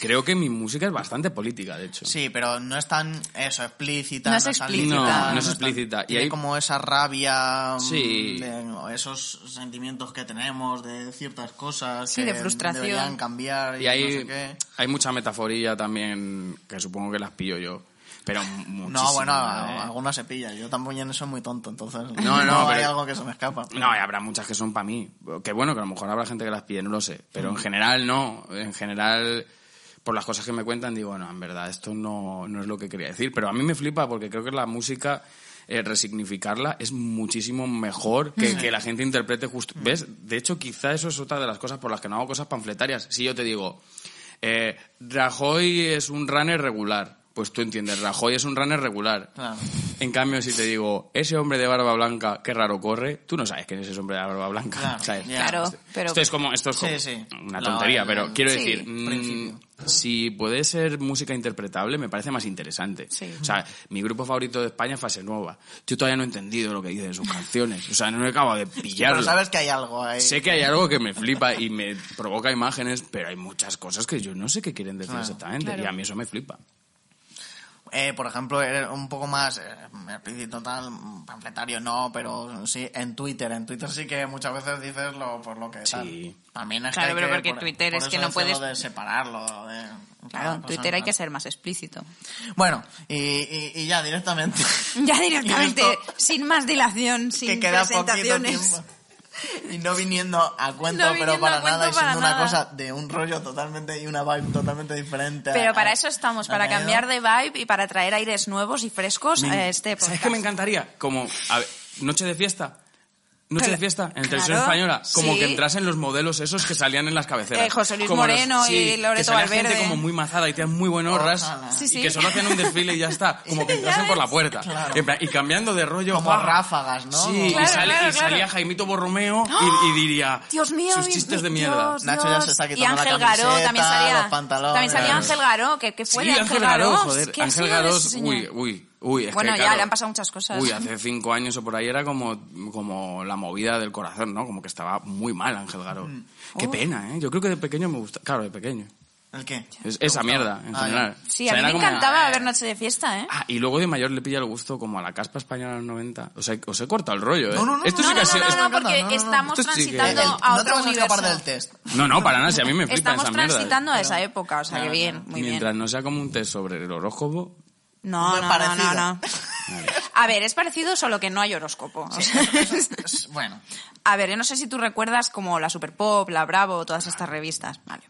Speaker 3: creo que mi música es bastante política, de hecho.
Speaker 1: Sí, pero no es tan eso, explícita.
Speaker 2: No es
Speaker 1: tan
Speaker 2: explícita.
Speaker 1: líquida,
Speaker 2: No, no
Speaker 3: es
Speaker 1: tan-
Speaker 3: explícita. Y
Speaker 1: tiene
Speaker 3: hay-
Speaker 1: como esa rabia, mm,
Speaker 3: Sí.
Speaker 1: de no, esos sentimientos que tenemos de ciertas cosas
Speaker 2: Sí,
Speaker 1: que
Speaker 2: de frustración.
Speaker 1: deberían cambiar y,
Speaker 3: Y hay,
Speaker 1: no sé qué.
Speaker 3: hay mucha metaforilla también, que supongo que las pillo yo. Pero muchísimo. ¿eh?
Speaker 1: No, bueno, ah, algunas se pilla. Yo también soy muy tonto, entonces
Speaker 3: No, no,
Speaker 1: hay
Speaker 3: pero-
Speaker 1: algo que se me escapa.
Speaker 3: No, y habrá muchas que son para mí. Que bueno, que a lo mejor habrá gente que las pide, no lo sé. Pero en general no. En general, por las cosas que me cuentan, digo, no, en verdad, esto no, no es lo que quería decir. Pero a mí me flipa porque creo que la música, eh, resignificarla, es muchísimo mejor que, que la gente interprete justo. ¿Ves? De hecho, quizá eso es otra de las cosas por las que no hago cosas panfletarias. Si yo te digo, eh, Rajoy es un runner regular. Pues tú entiendes, Rajoy es un runner regular.
Speaker 1: Claro.
Speaker 3: En cambio, si te digo, ese hombre de barba blanca, qué raro corre, tú no sabes quién es ese hombre de barba blanca.
Speaker 1: Claro,
Speaker 3: ¿sabes?
Speaker 1: ya. Claro,
Speaker 2: pero-
Speaker 3: Esto es como, esto es
Speaker 1: Sí,
Speaker 3: como
Speaker 1: sí.
Speaker 3: una
Speaker 1: La-
Speaker 3: tontería,
Speaker 1: la-
Speaker 3: pero quiero
Speaker 2: Sí.
Speaker 3: decir, mm,
Speaker 1: Principio.
Speaker 3: si puede ser música interpretable, me parece más interesante.
Speaker 2: Sí.
Speaker 3: O sea, mi grupo favorito de España es Fase Nueva. Yo todavía no he entendido lo que dice de sus canciones. O sea, no me acabo de pillarlo.
Speaker 1: Pero sabes que hay algo ahí.
Speaker 3: Sé que hay algo que me flipa y me provoca imágenes, pero hay muchas cosas que yo no sé qué quieren decir
Speaker 1: Claro.
Speaker 3: exactamente.
Speaker 2: Claro.
Speaker 3: Y a mí eso me flipa.
Speaker 1: Eh, por ejemplo, eh, un poco más eh, explícito tal, mm, panfletario no, pero sí, en Twitter. En Twitter sí que muchas veces dices lo, por lo que
Speaker 3: Sí.
Speaker 1: tal. También es
Speaker 2: Claro,
Speaker 1: que hay
Speaker 2: pero
Speaker 1: que-
Speaker 2: porque
Speaker 1: por-
Speaker 2: Twitter
Speaker 1: por
Speaker 2: es
Speaker 1: eso
Speaker 2: que no
Speaker 1: decía lo
Speaker 2: puedes-
Speaker 1: de separarlo. de-
Speaker 2: Claro, en
Speaker 1: pues,
Speaker 2: Twitter hay
Speaker 1: no.
Speaker 2: que ser más explícito.
Speaker 1: Bueno, y, y- y ya directamente.
Speaker 2: Ya directamente,
Speaker 1: Y esto-
Speaker 2: sin más dilación, sin
Speaker 1: que queda poquito
Speaker 2: presentaciones.
Speaker 1: tiempo. Y no viniendo a cuento,
Speaker 2: No
Speaker 1: pero
Speaker 2: viniendo
Speaker 1: para
Speaker 2: a cuento
Speaker 1: nada, y
Speaker 2: para
Speaker 1: siendo una
Speaker 2: nada.
Speaker 1: cosa de un rollo totalmente y una vibe totalmente diferente.
Speaker 2: Pero para eso estamos, para cambiar
Speaker 1: de
Speaker 2: de vibe y para traer aires nuevos y frescos a este podcast.
Speaker 3: ¿Sabes qué me encantaría? Como, a ver, noche de fiesta. Noche de
Speaker 2: Claro.
Speaker 3: fiesta en
Speaker 2: Claro.
Speaker 3: televisión española, como
Speaker 2: Sí.
Speaker 3: que entrasen los modelos esos que salían en las cabeceras.
Speaker 2: Eh, José Luis
Speaker 3: Como los-
Speaker 2: Moreno y
Speaker 3: sí,
Speaker 2: Loreto
Speaker 3: que salía
Speaker 2: Valverde.
Speaker 3: gente como muy mazada y tenían muy buen horras
Speaker 1: Ojalá.
Speaker 2: Sí,
Speaker 3: y
Speaker 2: sí.
Speaker 3: que solo hacían un desfile y ya está, como que entrasen por la puerta.
Speaker 1: Claro.
Speaker 3: En plan, Y cambiando de rollo
Speaker 1: Como
Speaker 3: ¡guau!
Speaker 1: ráfagas, ¿no?
Speaker 3: Sí, y,
Speaker 2: Claro,
Speaker 3: sale-
Speaker 2: claro,
Speaker 3: y salía
Speaker 2: claro.
Speaker 3: Jaimito Borromeo y, y diría
Speaker 2: Dios mío.
Speaker 3: sus
Speaker 2: mi-
Speaker 3: chistes de
Speaker 2: mi-
Speaker 3: mierda.
Speaker 2: Dios,
Speaker 1: Nacho ya se
Speaker 2: Dios.
Speaker 1: está
Speaker 2: Y
Speaker 1: quitando la
Speaker 2: Ángel Garó
Speaker 1: camiseta,
Speaker 2: también salía.
Speaker 1: los pantalones.
Speaker 2: También salía Ángel Garó, que, que fue
Speaker 3: Sí,
Speaker 2: de
Speaker 3: Ángel Garó, joder.
Speaker 2: ¿Qué ha
Speaker 3: Ángel
Speaker 2: sido de
Speaker 3: Garó,
Speaker 2: ese señor?
Speaker 3: uy, uy, uy. es
Speaker 2: Bueno,
Speaker 3: que,
Speaker 2: ya
Speaker 3: claro,
Speaker 2: le han pasado muchas cosas.
Speaker 3: Uy, hace cinco años o por ahí era como, como la movida del corazón, ¿no? Como que estaba muy mal Ángel Garó.
Speaker 2: Mm. Oh.
Speaker 3: Qué pena, ¿eh? Yo creo que de pequeño me gusta. Claro, de pequeño.
Speaker 1: ¿El qué?
Speaker 3: Es- esa mierda, en
Speaker 1: Ah, ya.
Speaker 3: general.
Speaker 2: Sí,
Speaker 3: O sea,
Speaker 2: a mí
Speaker 3: era
Speaker 2: me
Speaker 3: como-
Speaker 2: encantaba ver Noche de Fiesta, ¿eh?
Speaker 3: Ah, y luego de mayor le pilla el gusto como a la caspa española de los 90. Os he, os he cortado el rollo, ¿eh?
Speaker 1: No, no, no,
Speaker 3: Esto
Speaker 2: No,
Speaker 3: sí que
Speaker 2: no,
Speaker 3: ha sido-
Speaker 2: no,
Speaker 1: esto
Speaker 2: no,
Speaker 1: me encanta,
Speaker 2: porque
Speaker 1: no, no, no.
Speaker 2: estamos
Speaker 3: Esto sí que-
Speaker 1: El-
Speaker 2: transitando
Speaker 1: el-
Speaker 2: a
Speaker 1: Eh, no te
Speaker 2: otro
Speaker 1: vas a escapar
Speaker 2: universo.
Speaker 1: del test.
Speaker 3: No, no, para nada, si a mí me flipan
Speaker 2: Estamos
Speaker 3: esas mierdas.
Speaker 2: transitando a esa época, o sea, que bien, muy bien.
Speaker 3: ¿eh? Mientras no sea como un test sobre el horóscopo,
Speaker 2: No,
Speaker 1: No,
Speaker 2: no, no,
Speaker 1: parecido.
Speaker 2: no, no. A ver, es parecido, solo que no hay horóscopo. O sea,
Speaker 1: Es- Bueno,
Speaker 2: a ver, yo no sé si tú recuerdas como la Super Pop, la Bravo, todas estas revistas, vale.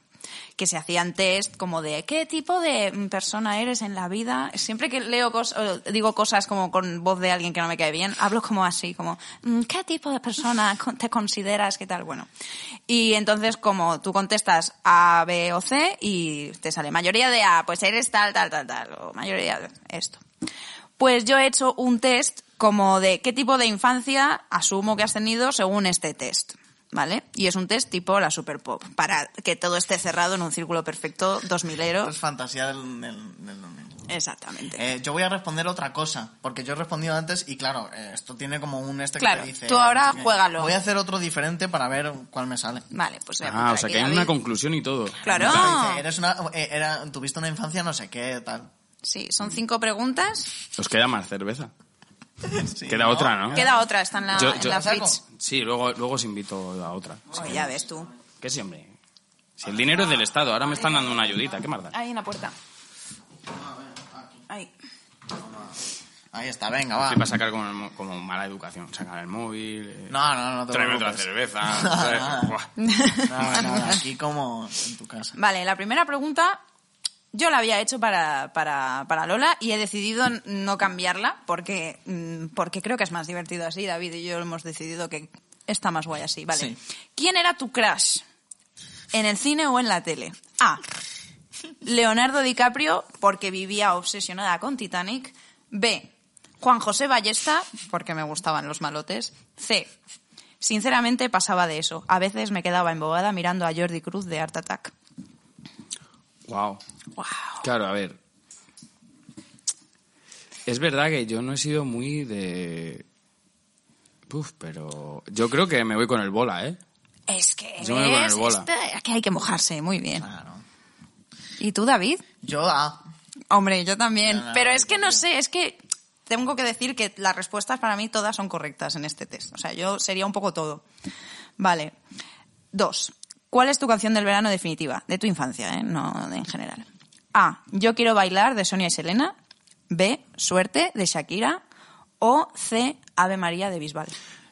Speaker 2: Que se hacían test como de qué tipo de mm, persona eres en la vida. Siempre que leo cos- o digo cosas como con voz de alguien que no me cae bien, hablo como así, como mm, qué tipo de persona con- te consideras, qué tal, bueno. Y entonces como tú contestas A, B o C y te sale mayoría de A, pues eres tal, tal, tal, tal, o mayoría de esto. Pues yo he hecho un test como de qué tipo de infancia asumo que has tenido según este test. ¿Vale? Y es un test tipo la Super Pop, para que todo esté cerrado en un círculo perfecto, dos milero.
Speaker 1: esto es fantasía del, del, del domingo.
Speaker 2: Exactamente.
Speaker 1: Eh, yo voy a responder otra cosa, porque yo he respondido antes y claro, eh, esto tiene como un este
Speaker 2: Claro,
Speaker 1: que te dice...
Speaker 2: tú ahora
Speaker 1: no sé qué.
Speaker 2: juégalo.
Speaker 1: Voy a hacer otro diferente para ver cuál me sale.
Speaker 2: Vale, pues voy a
Speaker 3: Ah,
Speaker 2: apuntar
Speaker 3: o sea
Speaker 2: aquí,
Speaker 3: que hay
Speaker 2: David.
Speaker 3: una conclusión y todo.
Speaker 2: Claro.
Speaker 1: Te dice, Eres una, eh, era, tuviste una infancia no sé qué, tal.
Speaker 2: Sí, son cinco preguntas.
Speaker 3: Os queda más cerveza.
Speaker 1: Sí,
Speaker 3: Queda otra, ¿no?
Speaker 2: Queda otra, está en la,
Speaker 3: Ah. Yo-
Speaker 2: en
Speaker 3: yo-
Speaker 2: la
Speaker 1: ¿La saco?
Speaker 2: fridge.
Speaker 3: Sí, luego, luego os invito a otra.
Speaker 2: Oh, ya ves tú.
Speaker 3: ¿Qué siempre? Si el dinero es del Estado, ahora me están dando una ayudita, qué marda.
Speaker 2: Ahí en la puerta. Ahí.
Speaker 1: Ahí está, venga, va.
Speaker 3: Sí, para sacar como, el mo- como mala educación. Sacar el móvil. eh,
Speaker 1: No, no, no te
Speaker 3: Tráeme otra
Speaker 1: preocupes.
Speaker 3: cerveza.
Speaker 1: Nada,
Speaker 3: eh, buah.
Speaker 1: Nada, nada, aquí como en tu casa.
Speaker 2: Vale, la primera pregunta yo la había hecho para, para, para Lola y he decidido n- no cambiarla porque, mm, porque creo que es más divertido así. David y yo hemos decidido que está más guay así. Vale.
Speaker 1: Sí.
Speaker 2: ¿Quién era tu crush? ¿En el cine o en la tele? A. Leonardo DiCaprio, porque vivía obsesionada con Titanic. B. Juan José Ballesta, porque me gustaban los malotes. C. Sinceramente pasaba de eso. A veces me quedaba embobada mirando a Jordi Cruz de Art Attack.
Speaker 3: Guau.
Speaker 2: Wow.
Speaker 3: Claro, a ver. Es verdad que yo no he sido muy de... Puf, pero... Yo creo que me voy con el bola, ¿eh?
Speaker 2: Es que
Speaker 3: Yo me voy con el
Speaker 2: ¿ves?
Speaker 3: bola.
Speaker 2: Este- aquí hay que mojarse, muy bien.
Speaker 1: Claro.
Speaker 2: ¿Y tú, David?
Speaker 1: Yo, ah,
Speaker 2: Hombre, yo también.
Speaker 1: No, no,
Speaker 2: Pero
Speaker 1: no,
Speaker 2: es
Speaker 1: yo
Speaker 2: que no
Speaker 1: también.
Speaker 2: sé, es que tengo que decir que las respuestas para mí todas son correctas en este test. O sea, yo sería un poco todo. Vale. Dos. ¿Cuál es tu canción del verano definitiva? De tu infancia, ¿eh? No de en general. A. Yo quiero bailar de Sonia y Selena. B. Suerte de Shakira. O C. Ave María de Bisbal.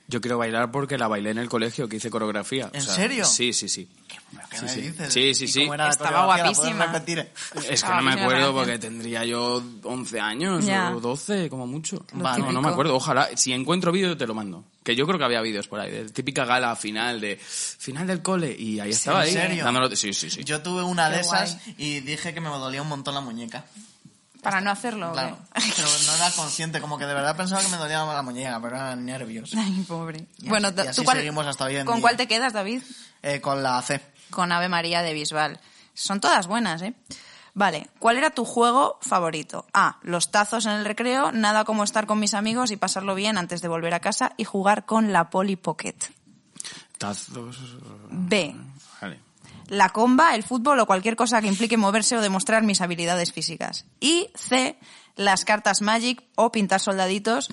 Speaker 3: Yo quiero bailar porque la bailé en el colegio, que hice coreografía. o
Speaker 1: ¿En
Speaker 3: sea,
Speaker 1: serio?
Speaker 3: Sí, sí, sí.
Speaker 1: ¿pero ¿qué
Speaker 3: Sí,
Speaker 1: me
Speaker 3: sí.
Speaker 1: dices?
Speaker 3: Sí, sí,
Speaker 1: ¿Y
Speaker 3: sí.
Speaker 1: cómo era la
Speaker 2: Estaba
Speaker 1: coreografía? ¿La puedes
Speaker 2: guapísima.
Speaker 1: repetir?
Speaker 3: Es que
Speaker 2: Ah,
Speaker 3: no me
Speaker 2: sí, la
Speaker 3: acuerdo
Speaker 2: canción.
Speaker 3: porque tendría yo 11 años
Speaker 2: Ya.
Speaker 3: o 12 como mucho.
Speaker 2: Lo
Speaker 3: Vale, no, no me
Speaker 2: típico.
Speaker 3: acuerdo. Ojalá, si encuentro vídeo te lo mando. Que yo creo que había vídeos por ahí, de típica gala final de final del cole y ahí estaba
Speaker 1: ¿En
Speaker 3: ahí
Speaker 1: serio?
Speaker 3: dándolo- Sí, sí, sí.
Speaker 1: Yo tuve una
Speaker 2: Qué
Speaker 1: de esas
Speaker 2: guay.
Speaker 1: y dije que me dolía un montón la muñeca.
Speaker 2: Para no hacerlo. ¿eh?
Speaker 1: Claro. Pero no era consciente, como que de verdad pensaba que me dolía la muñeca, pero eran nervios.
Speaker 2: Ay, pobre.
Speaker 1: Y
Speaker 2: bueno,
Speaker 1: así- y
Speaker 2: ¿tú
Speaker 1: así
Speaker 2: cuál-
Speaker 1: seguimos hasta hoy en
Speaker 2: ¿Con
Speaker 1: día.
Speaker 2: cuál te quedas, David?
Speaker 1: Eh, con la C.
Speaker 2: Con Ave María de Bisbal. Son todas buenas, ¿eh? Vale, ¿cuál era tu juego favorito? A, los tazos en el recreo, nada como estar con mis amigos y pasarlo bien antes de volver a casa y jugar con la Polly Pocket.
Speaker 3: Tazos.
Speaker 2: B,
Speaker 3: Vale.
Speaker 2: la comba, el fútbol o cualquier cosa que implique moverse o demostrar mis habilidades físicas. Y C, las cartas Magic o pintar soldaditos.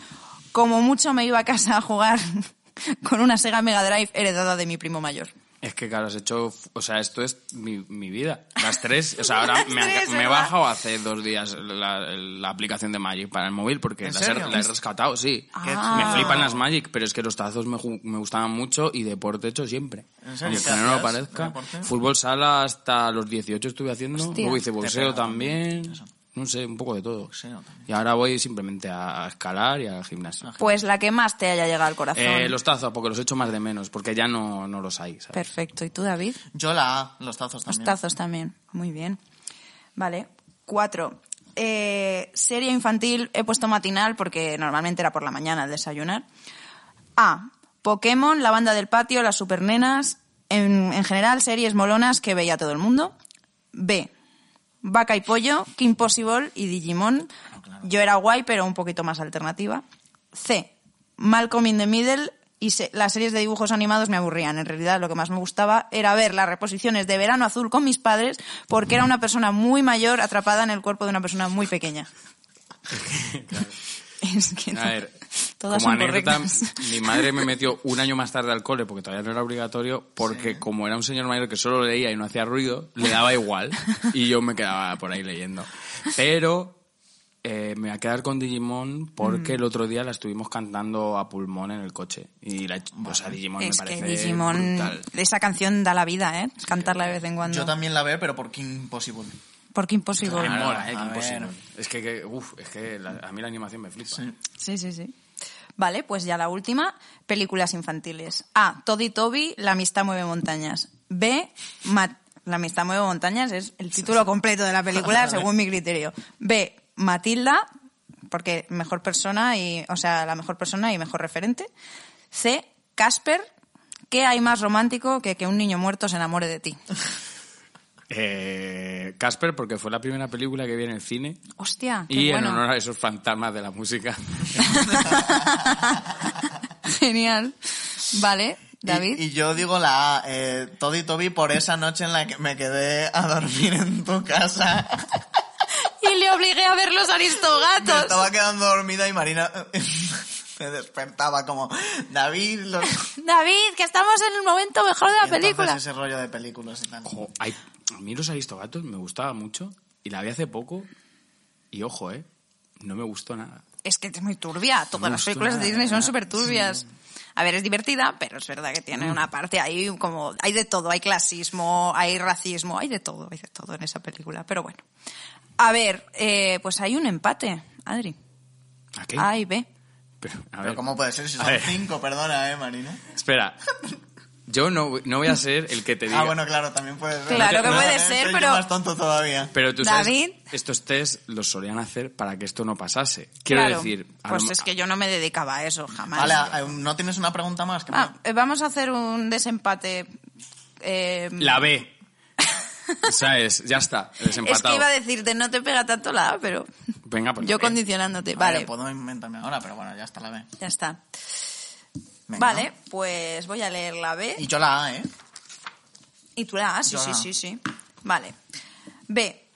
Speaker 2: Como mucho me iba a casa a jugar con una Sega Mega Drive heredada de mi primo mayor.
Speaker 3: Es que claro, has hecho, o sea, esto es mi, mi vida. Las tres, o sea, ahora
Speaker 2: Las
Speaker 3: me, han-
Speaker 2: tres,
Speaker 3: me he
Speaker 2: ¿verdad?
Speaker 3: bajado hace dos días la, la aplicación de Magic para el móvil porque
Speaker 1: ¿En
Speaker 3: la he,
Speaker 1: serio?
Speaker 3: la he rescatado, sí.
Speaker 1: Que
Speaker 2: Ah.
Speaker 3: Me flipan las Magic, pero es que los tazos me, ju- me gustaban mucho y deporte he hecho siempre.
Speaker 1: ¿En serio?
Speaker 3: Aunque
Speaker 1: ¿Qué
Speaker 3: no lo
Speaker 1: hacías?
Speaker 3: parezca.
Speaker 1: ¿Deporte?
Speaker 3: Fútbol sala hasta los 18 estuve haciendo,
Speaker 2: Hostia.
Speaker 3: luego hice boxeo
Speaker 1: Te pegaba.
Speaker 3: también.
Speaker 1: Eso.
Speaker 3: no sé, un poco de todo.
Speaker 1: Boxeo también.
Speaker 3: Y ahora voy simplemente a a escalar y al gimnasio.
Speaker 2: Pues la que más te haya llegado al corazón.
Speaker 3: Eh, los tazos, porque los echo más de menos, porque ya no, no los hay, ¿sabes?
Speaker 2: Perfecto. ¿Y tú, David?
Speaker 1: Yo la A, los tazos también.
Speaker 2: Los tazos también. Muy bien. Vale. Cuatro. Eh, serie infantil he puesto matinal porque normalmente era por la mañana al desayunar. A. Pokémon, la banda del patio, las supernenas. En, en general, series molonas que veía todo el mundo. B. Vaca y pollo, Kim Possible y Digimon.
Speaker 3: Ah,
Speaker 2: Yo era guay, pero un poquito más alternativa. C. Malcolm in the Middle y se- las series de dibujos animados me aburrían. En realidad lo que más me gustaba era ver las reposiciones de Verano Azul con mis padres porque era una persona muy mayor atrapada en el cuerpo de una persona muy pequeña. Es que no.
Speaker 3: A ver,
Speaker 2: todas
Speaker 3: como
Speaker 2: son
Speaker 3: anécdota,
Speaker 2: correctas.
Speaker 3: mi madre me metió un año más tarde al cole porque todavía no era obligatorio, porque como era un señor mayor que solo leía y no hacía ruido, le daba igual y yo me quedaba por ahí leyendo. Pero eh, me voy a quedar con Digimon
Speaker 2: Mm.
Speaker 3: porque el otro día la estuvimos cantando a pulmón en el coche. Y la, o sea, Digimon
Speaker 2: Es
Speaker 3: me
Speaker 2: que
Speaker 3: parece
Speaker 2: Digimon,
Speaker 3: brutal.
Speaker 2: esa canción da la vida, ¿eh? Cantarla de vez en cuando.
Speaker 1: Yo también la veo, pero por King Possible.
Speaker 2: Porque imposible.
Speaker 3: Me mola, eh,
Speaker 1: a
Speaker 3: Kim Possible.
Speaker 1: ver.
Speaker 3: Es que, que- uf, es que la- a mí la animación me flipa.
Speaker 2: Sí, sí, sí. Vale, pues ya la última, películas infantiles. A, Toddy Toby, La amistad mueve montañas. B, Ma- La amistad mueve montañas es el título completo de la película según mi criterio. B, Matilda, porque mejor persona y, o sea, la mejor persona y mejor referente. C, Casper, ¿qué hay más romántico que que un niño muerto se enamore de ti?
Speaker 3: Eh, Casper, porque fue la primera película que vi en el cine.
Speaker 2: Hostia, qué
Speaker 3: Y
Speaker 2: bueno.
Speaker 3: en honor a esos fantasmas de la música.
Speaker 2: Genial. Vale, David.
Speaker 1: Y, y yo digo la A, eh, Toddy Toby, por esa noche en la que me quedé a dormir en tu casa.
Speaker 2: Y le obligué a ver los
Speaker 1: Me
Speaker 2: aristogatos.
Speaker 1: estaba quedando dormida y Marina eh, me despertaba como, David, los...
Speaker 2: David, que estamos en el momento mejor de la
Speaker 1: Y entonces
Speaker 2: película.
Speaker 1: ese rollo de películas y tal.
Speaker 3: Ojo, hay- a mí los Aristogatos me gustaba mucho y la vi hace poco y ojo, eh, no me gustó nada.
Speaker 2: Es que es muy turbia. Todas
Speaker 3: Me
Speaker 2: las
Speaker 3: gustó
Speaker 2: películas de
Speaker 3: nada,
Speaker 2: Disney son
Speaker 3: ¿verdad?
Speaker 2: súper turbias. A ver, es divertida, pero es verdad que tiene una parte ahí como... Hay de todo, hay clasismo, hay racismo, hay de todo, hay de todo en esa película. Pero bueno. A ver, eh, pues hay un empate, Adri.
Speaker 3: ¿A qué?
Speaker 2: A y B.
Speaker 3: Pero, a
Speaker 1: Pero
Speaker 3: ver,
Speaker 1: ¿cómo puede ser si
Speaker 3: A
Speaker 1: son
Speaker 3: ver.
Speaker 1: cinco? Perdona, eh, Marina.
Speaker 3: Espera, yo no, no voy a ser el que te diga.
Speaker 1: Ah, bueno, claro, también puede ser.
Speaker 2: Claro que
Speaker 1: Perdona,
Speaker 2: puede
Speaker 1: eh,
Speaker 2: ser,
Speaker 1: soy yo
Speaker 2: pero-
Speaker 1: más tonto todavía.
Speaker 3: Pero tú
Speaker 2: David.
Speaker 3: sabes, estos test los solían hacer para que esto no pasase. Quiero
Speaker 2: Claro.
Speaker 3: decir, a
Speaker 2: Pues
Speaker 3: lo-
Speaker 2: es que yo no me dedicaba a eso jamás.
Speaker 1: Vale, eh, ¿no tienes una pregunta más? Que
Speaker 2: Ah, eh, vamos a hacer un desempate. eh,
Speaker 3: la B. ¿Sabes? Ya está,
Speaker 2: Es
Speaker 3: desempatado.
Speaker 2: que iba a decirte, no te pega tanto la A, pero
Speaker 3: Venga, pues
Speaker 2: yo
Speaker 3: la B.
Speaker 2: condicionándote.
Speaker 1: Vale,
Speaker 2: Vale, pues
Speaker 1: puedo inventarme ahora, pero bueno, ya está la B.
Speaker 2: ya está.
Speaker 1: Venga.
Speaker 2: Vale, pues voy a leer la B.
Speaker 1: Y yo la A, ¿eh?
Speaker 2: Y tú la A, sí,
Speaker 1: yo
Speaker 2: sí,
Speaker 1: la A.
Speaker 2: sí, sí. Vale. B.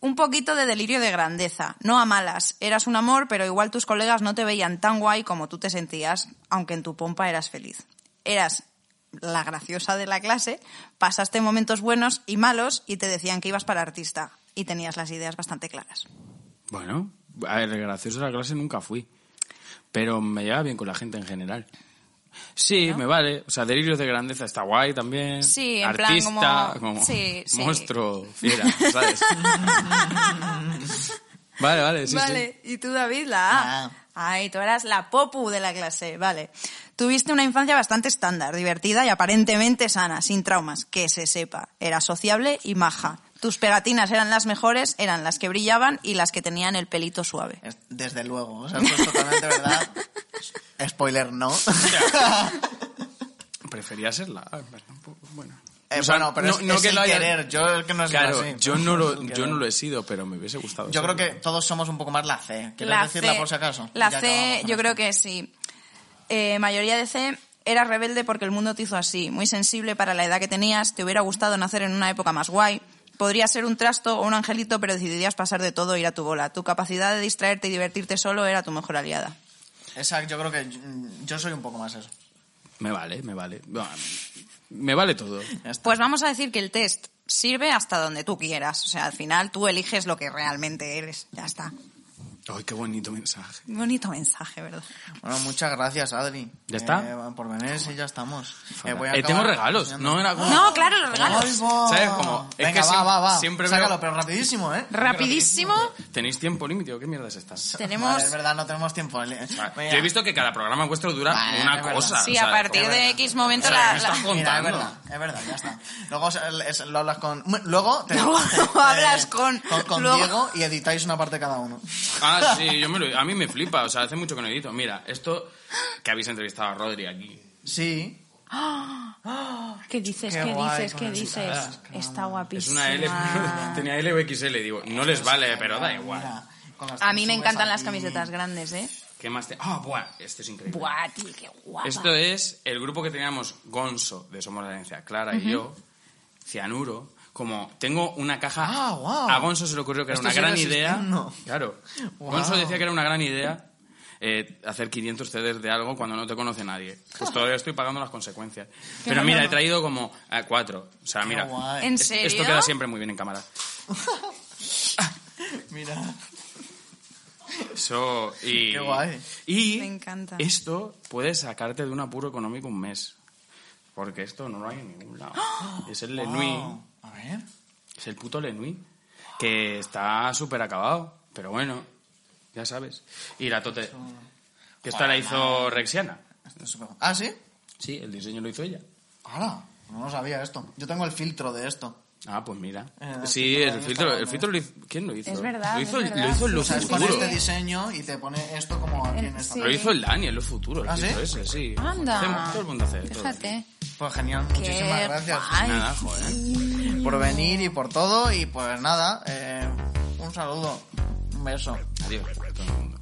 Speaker 2: Un poquito de delirio de grandeza. No a malas. Eras un amor, pero igual tus colegas no te veían tan guay como tú te sentías, aunque en tu pompa eras feliz. Eras la graciosa de la clase, pasaste momentos buenos y malos y te decían que ibas para artista y tenías las ideas bastante claras.
Speaker 3: Bueno, a ver, el gracioso de la clase nunca fui. Pero me llevaba bien con la gente en general. Sí, me vale. O sea, delirios de grandeza está guay también.
Speaker 2: Sí, en plan
Speaker 3: Artista,
Speaker 2: como- sí, sí.
Speaker 3: monstruo, fiera, ¿sabes? vale, vale, sí, sí.
Speaker 2: vale, y tú David, la A.
Speaker 1: Ah.
Speaker 2: Ay, tú eras la popu de la clase, vale. Tuviste una infancia bastante estándar, divertida y aparentemente sana, sin traumas, que se sepa. Era sociable y maja. Tus pegatinas eran las mejores, eran las que brillaban y las que tenían el pelito suave.
Speaker 1: Es- Desde luego, o sea, esto es totalmente verdad. Spoiler, no.
Speaker 3: Prefería ser la A, en verdad, un poco, bueno.
Speaker 1: Eh,
Speaker 3: O sea,
Speaker 1: bueno, pero
Speaker 3: no-
Speaker 1: es,
Speaker 3: no
Speaker 1: es
Speaker 3: que
Speaker 1: el
Speaker 3: lo haya-
Speaker 1: querer, yo es que no es
Speaker 3: Claro,
Speaker 1: así.
Speaker 3: yo, no
Speaker 1: Es
Speaker 3: lo,
Speaker 1: el
Speaker 3: yo
Speaker 1: querer.
Speaker 3: no lo he sido, pero me hubiese gustado.
Speaker 1: Yo creo
Speaker 3: serlo.
Speaker 1: que todos somos un poco más la C. ¿Quieres decirla
Speaker 2: C-
Speaker 1: por si acaso?
Speaker 2: La
Speaker 1: Ya
Speaker 2: C,
Speaker 1: acabamos con
Speaker 2: yo creo
Speaker 1: esto.
Speaker 2: que sí. Eh, mayoría de C, eras rebelde porque el mundo te hizo así, muy sensible para la edad que tenías, te hubiera gustado nacer en una época más guay. Podrías ser un trasto o un angelito, pero decidías pasar de todo e ir a tu bola. Tu capacidad de distraerte y divertirte solo era tu mejor aliada.
Speaker 1: Esa, yo creo que mm, yo soy un poco más eso.
Speaker 3: Me vale, me vale. Bueno, Me vale todo.
Speaker 1: Ya está.
Speaker 2: Pues vamos a decir que el test sirve hasta donde tú quieras. O sea, al final tú eliges lo que realmente eres. Ya está.
Speaker 3: Ay, qué bonito mensaje.
Speaker 2: Bonito mensaje, ¿verdad?
Speaker 1: Bueno, muchas gracias, Adri.
Speaker 3: ¿Ya está?
Speaker 1: Eh, por venir, sí, ya estamos. Eh, voy a
Speaker 3: Eh, tengo
Speaker 1: acabar
Speaker 3: regalos,
Speaker 1: enseñando-
Speaker 3: no era como...
Speaker 2: No, claro, los regalos.
Speaker 1: Ay, bo.
Speaker 3: ¿Sabes cómo? Es
Speaker 1: Venga,
Speaker 3: que
Speaker 1: va,
Speaker 3: siem-
Speaker 1: va, va.
Speaker 3: siempre veo-
Speaker 1: Sácalo, pero rapidísimo, ¿eh?
Speaker 2: Rapidísimo.
Speaker 3: ¿Tenéis tiempo límite o qué mierda es esta?
Speaker 2: Tenemos-
Speaker 1: Vale, es verdad, no tenemos tiempo.
Speaker 3: Ah, Yo he visto que cada programa vuestro dura
Speaker 1: Vale, es
Speaker 3: una
Speaker 1: verdad.
Speaker 3: cosa.
Speaker 2: Sí,
Speaker 3: o sea,
Speaker 2: a partir
Speaker 3: como-
Speaker 2: de X momento
Speaker 3: O sea,
Speaker 2: la-
Speaker 3: me estás
Speaker 1: Mira,
Speaker 2: la-
Speaker 1: es
Speaker 3: contando.
Speaker 1: verdad, es verdad, ya está. Luego es- es- lo hablas con... Luego te,
Speaker 2: Luego
Speaker 1: te-
Speaker 2: hablas con-
Speaker 1: con, con
Speaker 2: luego-
Speaker 1: Diego y editáis una parte cada uno.
Speaker 3: Ah, sí, yo me lo- a mí me flipa, o sea, hace mucho que no edito. Mira, esto que habéis entrevistado a Rodri aquí.
Speaker 1: Sí.
Speaker 2: ¡Ah! ¿Qué dices?
Speaker 1: Qué
Speaker 2: ¿Qué
Speaker 1: guay,
Speaker 2: dices?
Speaker 1: con
Speaker 2: ¿Qué
Speaker 1: las
Speaker 2: dices?
Speaker 1: chicas,
Speaker 2: Está
Speaker 3: Es
Speaker 2: guapísima.
Speaker 3: una L, pero tenía L o XL, digo, no les vale, Eh, pero da igual.
Speaker 1: Mira, con las
Speaker 2: A mí me
Speaker 1: camisetas
Speaker 2: encantan las
Speaker 1: aquí.
Speaker 2: camisetas grandes, ¿eh?
Speaker 3: ¿Qué más te...? Ah, buah, esto es increíble.
Speaker 2: Buah, tío, qué guapa.
Speaker 3: Esto es el grupo que teníamos Gonzo, de Somos la Herencia Clara y yo, Cianuro. Como tengo una caja.
Speaker 1: Ah, guau.
Speaker 3: A Gonzo se le ocurrió que era
Speaker 1: Esto
Speaker 3: una
Speaker 1: sigue
Speaker 3: gran idea.
Speaker 1: existiendo.
Speaker 3: Claro.
Speaker 1: Guau.
Speaker 3: Gonzo decía que era una gran idea eh, hacer 500 CDs de algo cuando no te conoce nadie.
Speaker 1: Ah.
Speaker 3: Pues todavía estoy pagando las consecuencias. Pero mira, he traído como a cuatro. O sea, mira.
Speaker 1: guay.
Speaker 2: ¿En
Speaker 3: es-
Speaker 2: serio?
Speaker 3: Esto queda siempre muy bien en cámara.
Speaker 1: Mira.
Speaker 3: Eso. Y,
Speaker 1: Qué guay.
Speaker 3: Y
Speaker 2: Me encanta.
Speaker 3: esto puede sacarte de un apuro económico un mes. Porque esto no lo hay en ningún lado. Es el Lenui.
Speaker 1: Wow. A ver.
Speaker 3: Es el puto Lenui. Que está súper acabado. Pero bueno, ya sabes. Y la Tote. Que esta la hizo Rexiana.
Speaker 1: Esto es súper- Ah, ¿sí?
Speaker 3: Sí, el diseño lo hizo ella.
Speaker 1: Ahora. No lo sabía esto. Yo tengo el filtro de esto.
Speaker 3: Ah, pues mira.
Speaker 1: Eh,
Speaker 3: sí,
Speaker 1: el
Speaker 3: el
Speaker 1: filtro
Speaker 3: filtro,
Speaker 1: de
Speaker 3: el
Speaker 1: Instagram,
Speaker 3: filtro lo hizo, ¿quién lo hizo?
Speaker 2: Es verdad,
Speaker 3: Lo hizo,
Speaker 2: es verdad.
Speaker 3: Lo hizo el Lo
Speaker 1: O sea, es con
Speaker 3: Futuro.
Speaker 1: este diseño y te pone esto como aquí en esta.
Speaker 2: Sí.
Speaker 3: Lo hizo el Dani, el Lo Futuro, el
Speaker 1: ¿Ah, sí?
Speaker 3: filtro ese, sí.
Speaker 2: Anda.
Speaker 3: Todo el mundo hace todo.
Speaker 2: Fíjate.
Speaker 1: Pues genial.
Speaker 2: Qué
Speaker 1: Muchísimas gracias
Speaker 2: guay.
Speaker 3: Nada, joder.
Speaker 1: por venir y por todo. Y pues nada, eh, un saludo. Un beso.
Speaker 3: Adiós. Todo el mundo.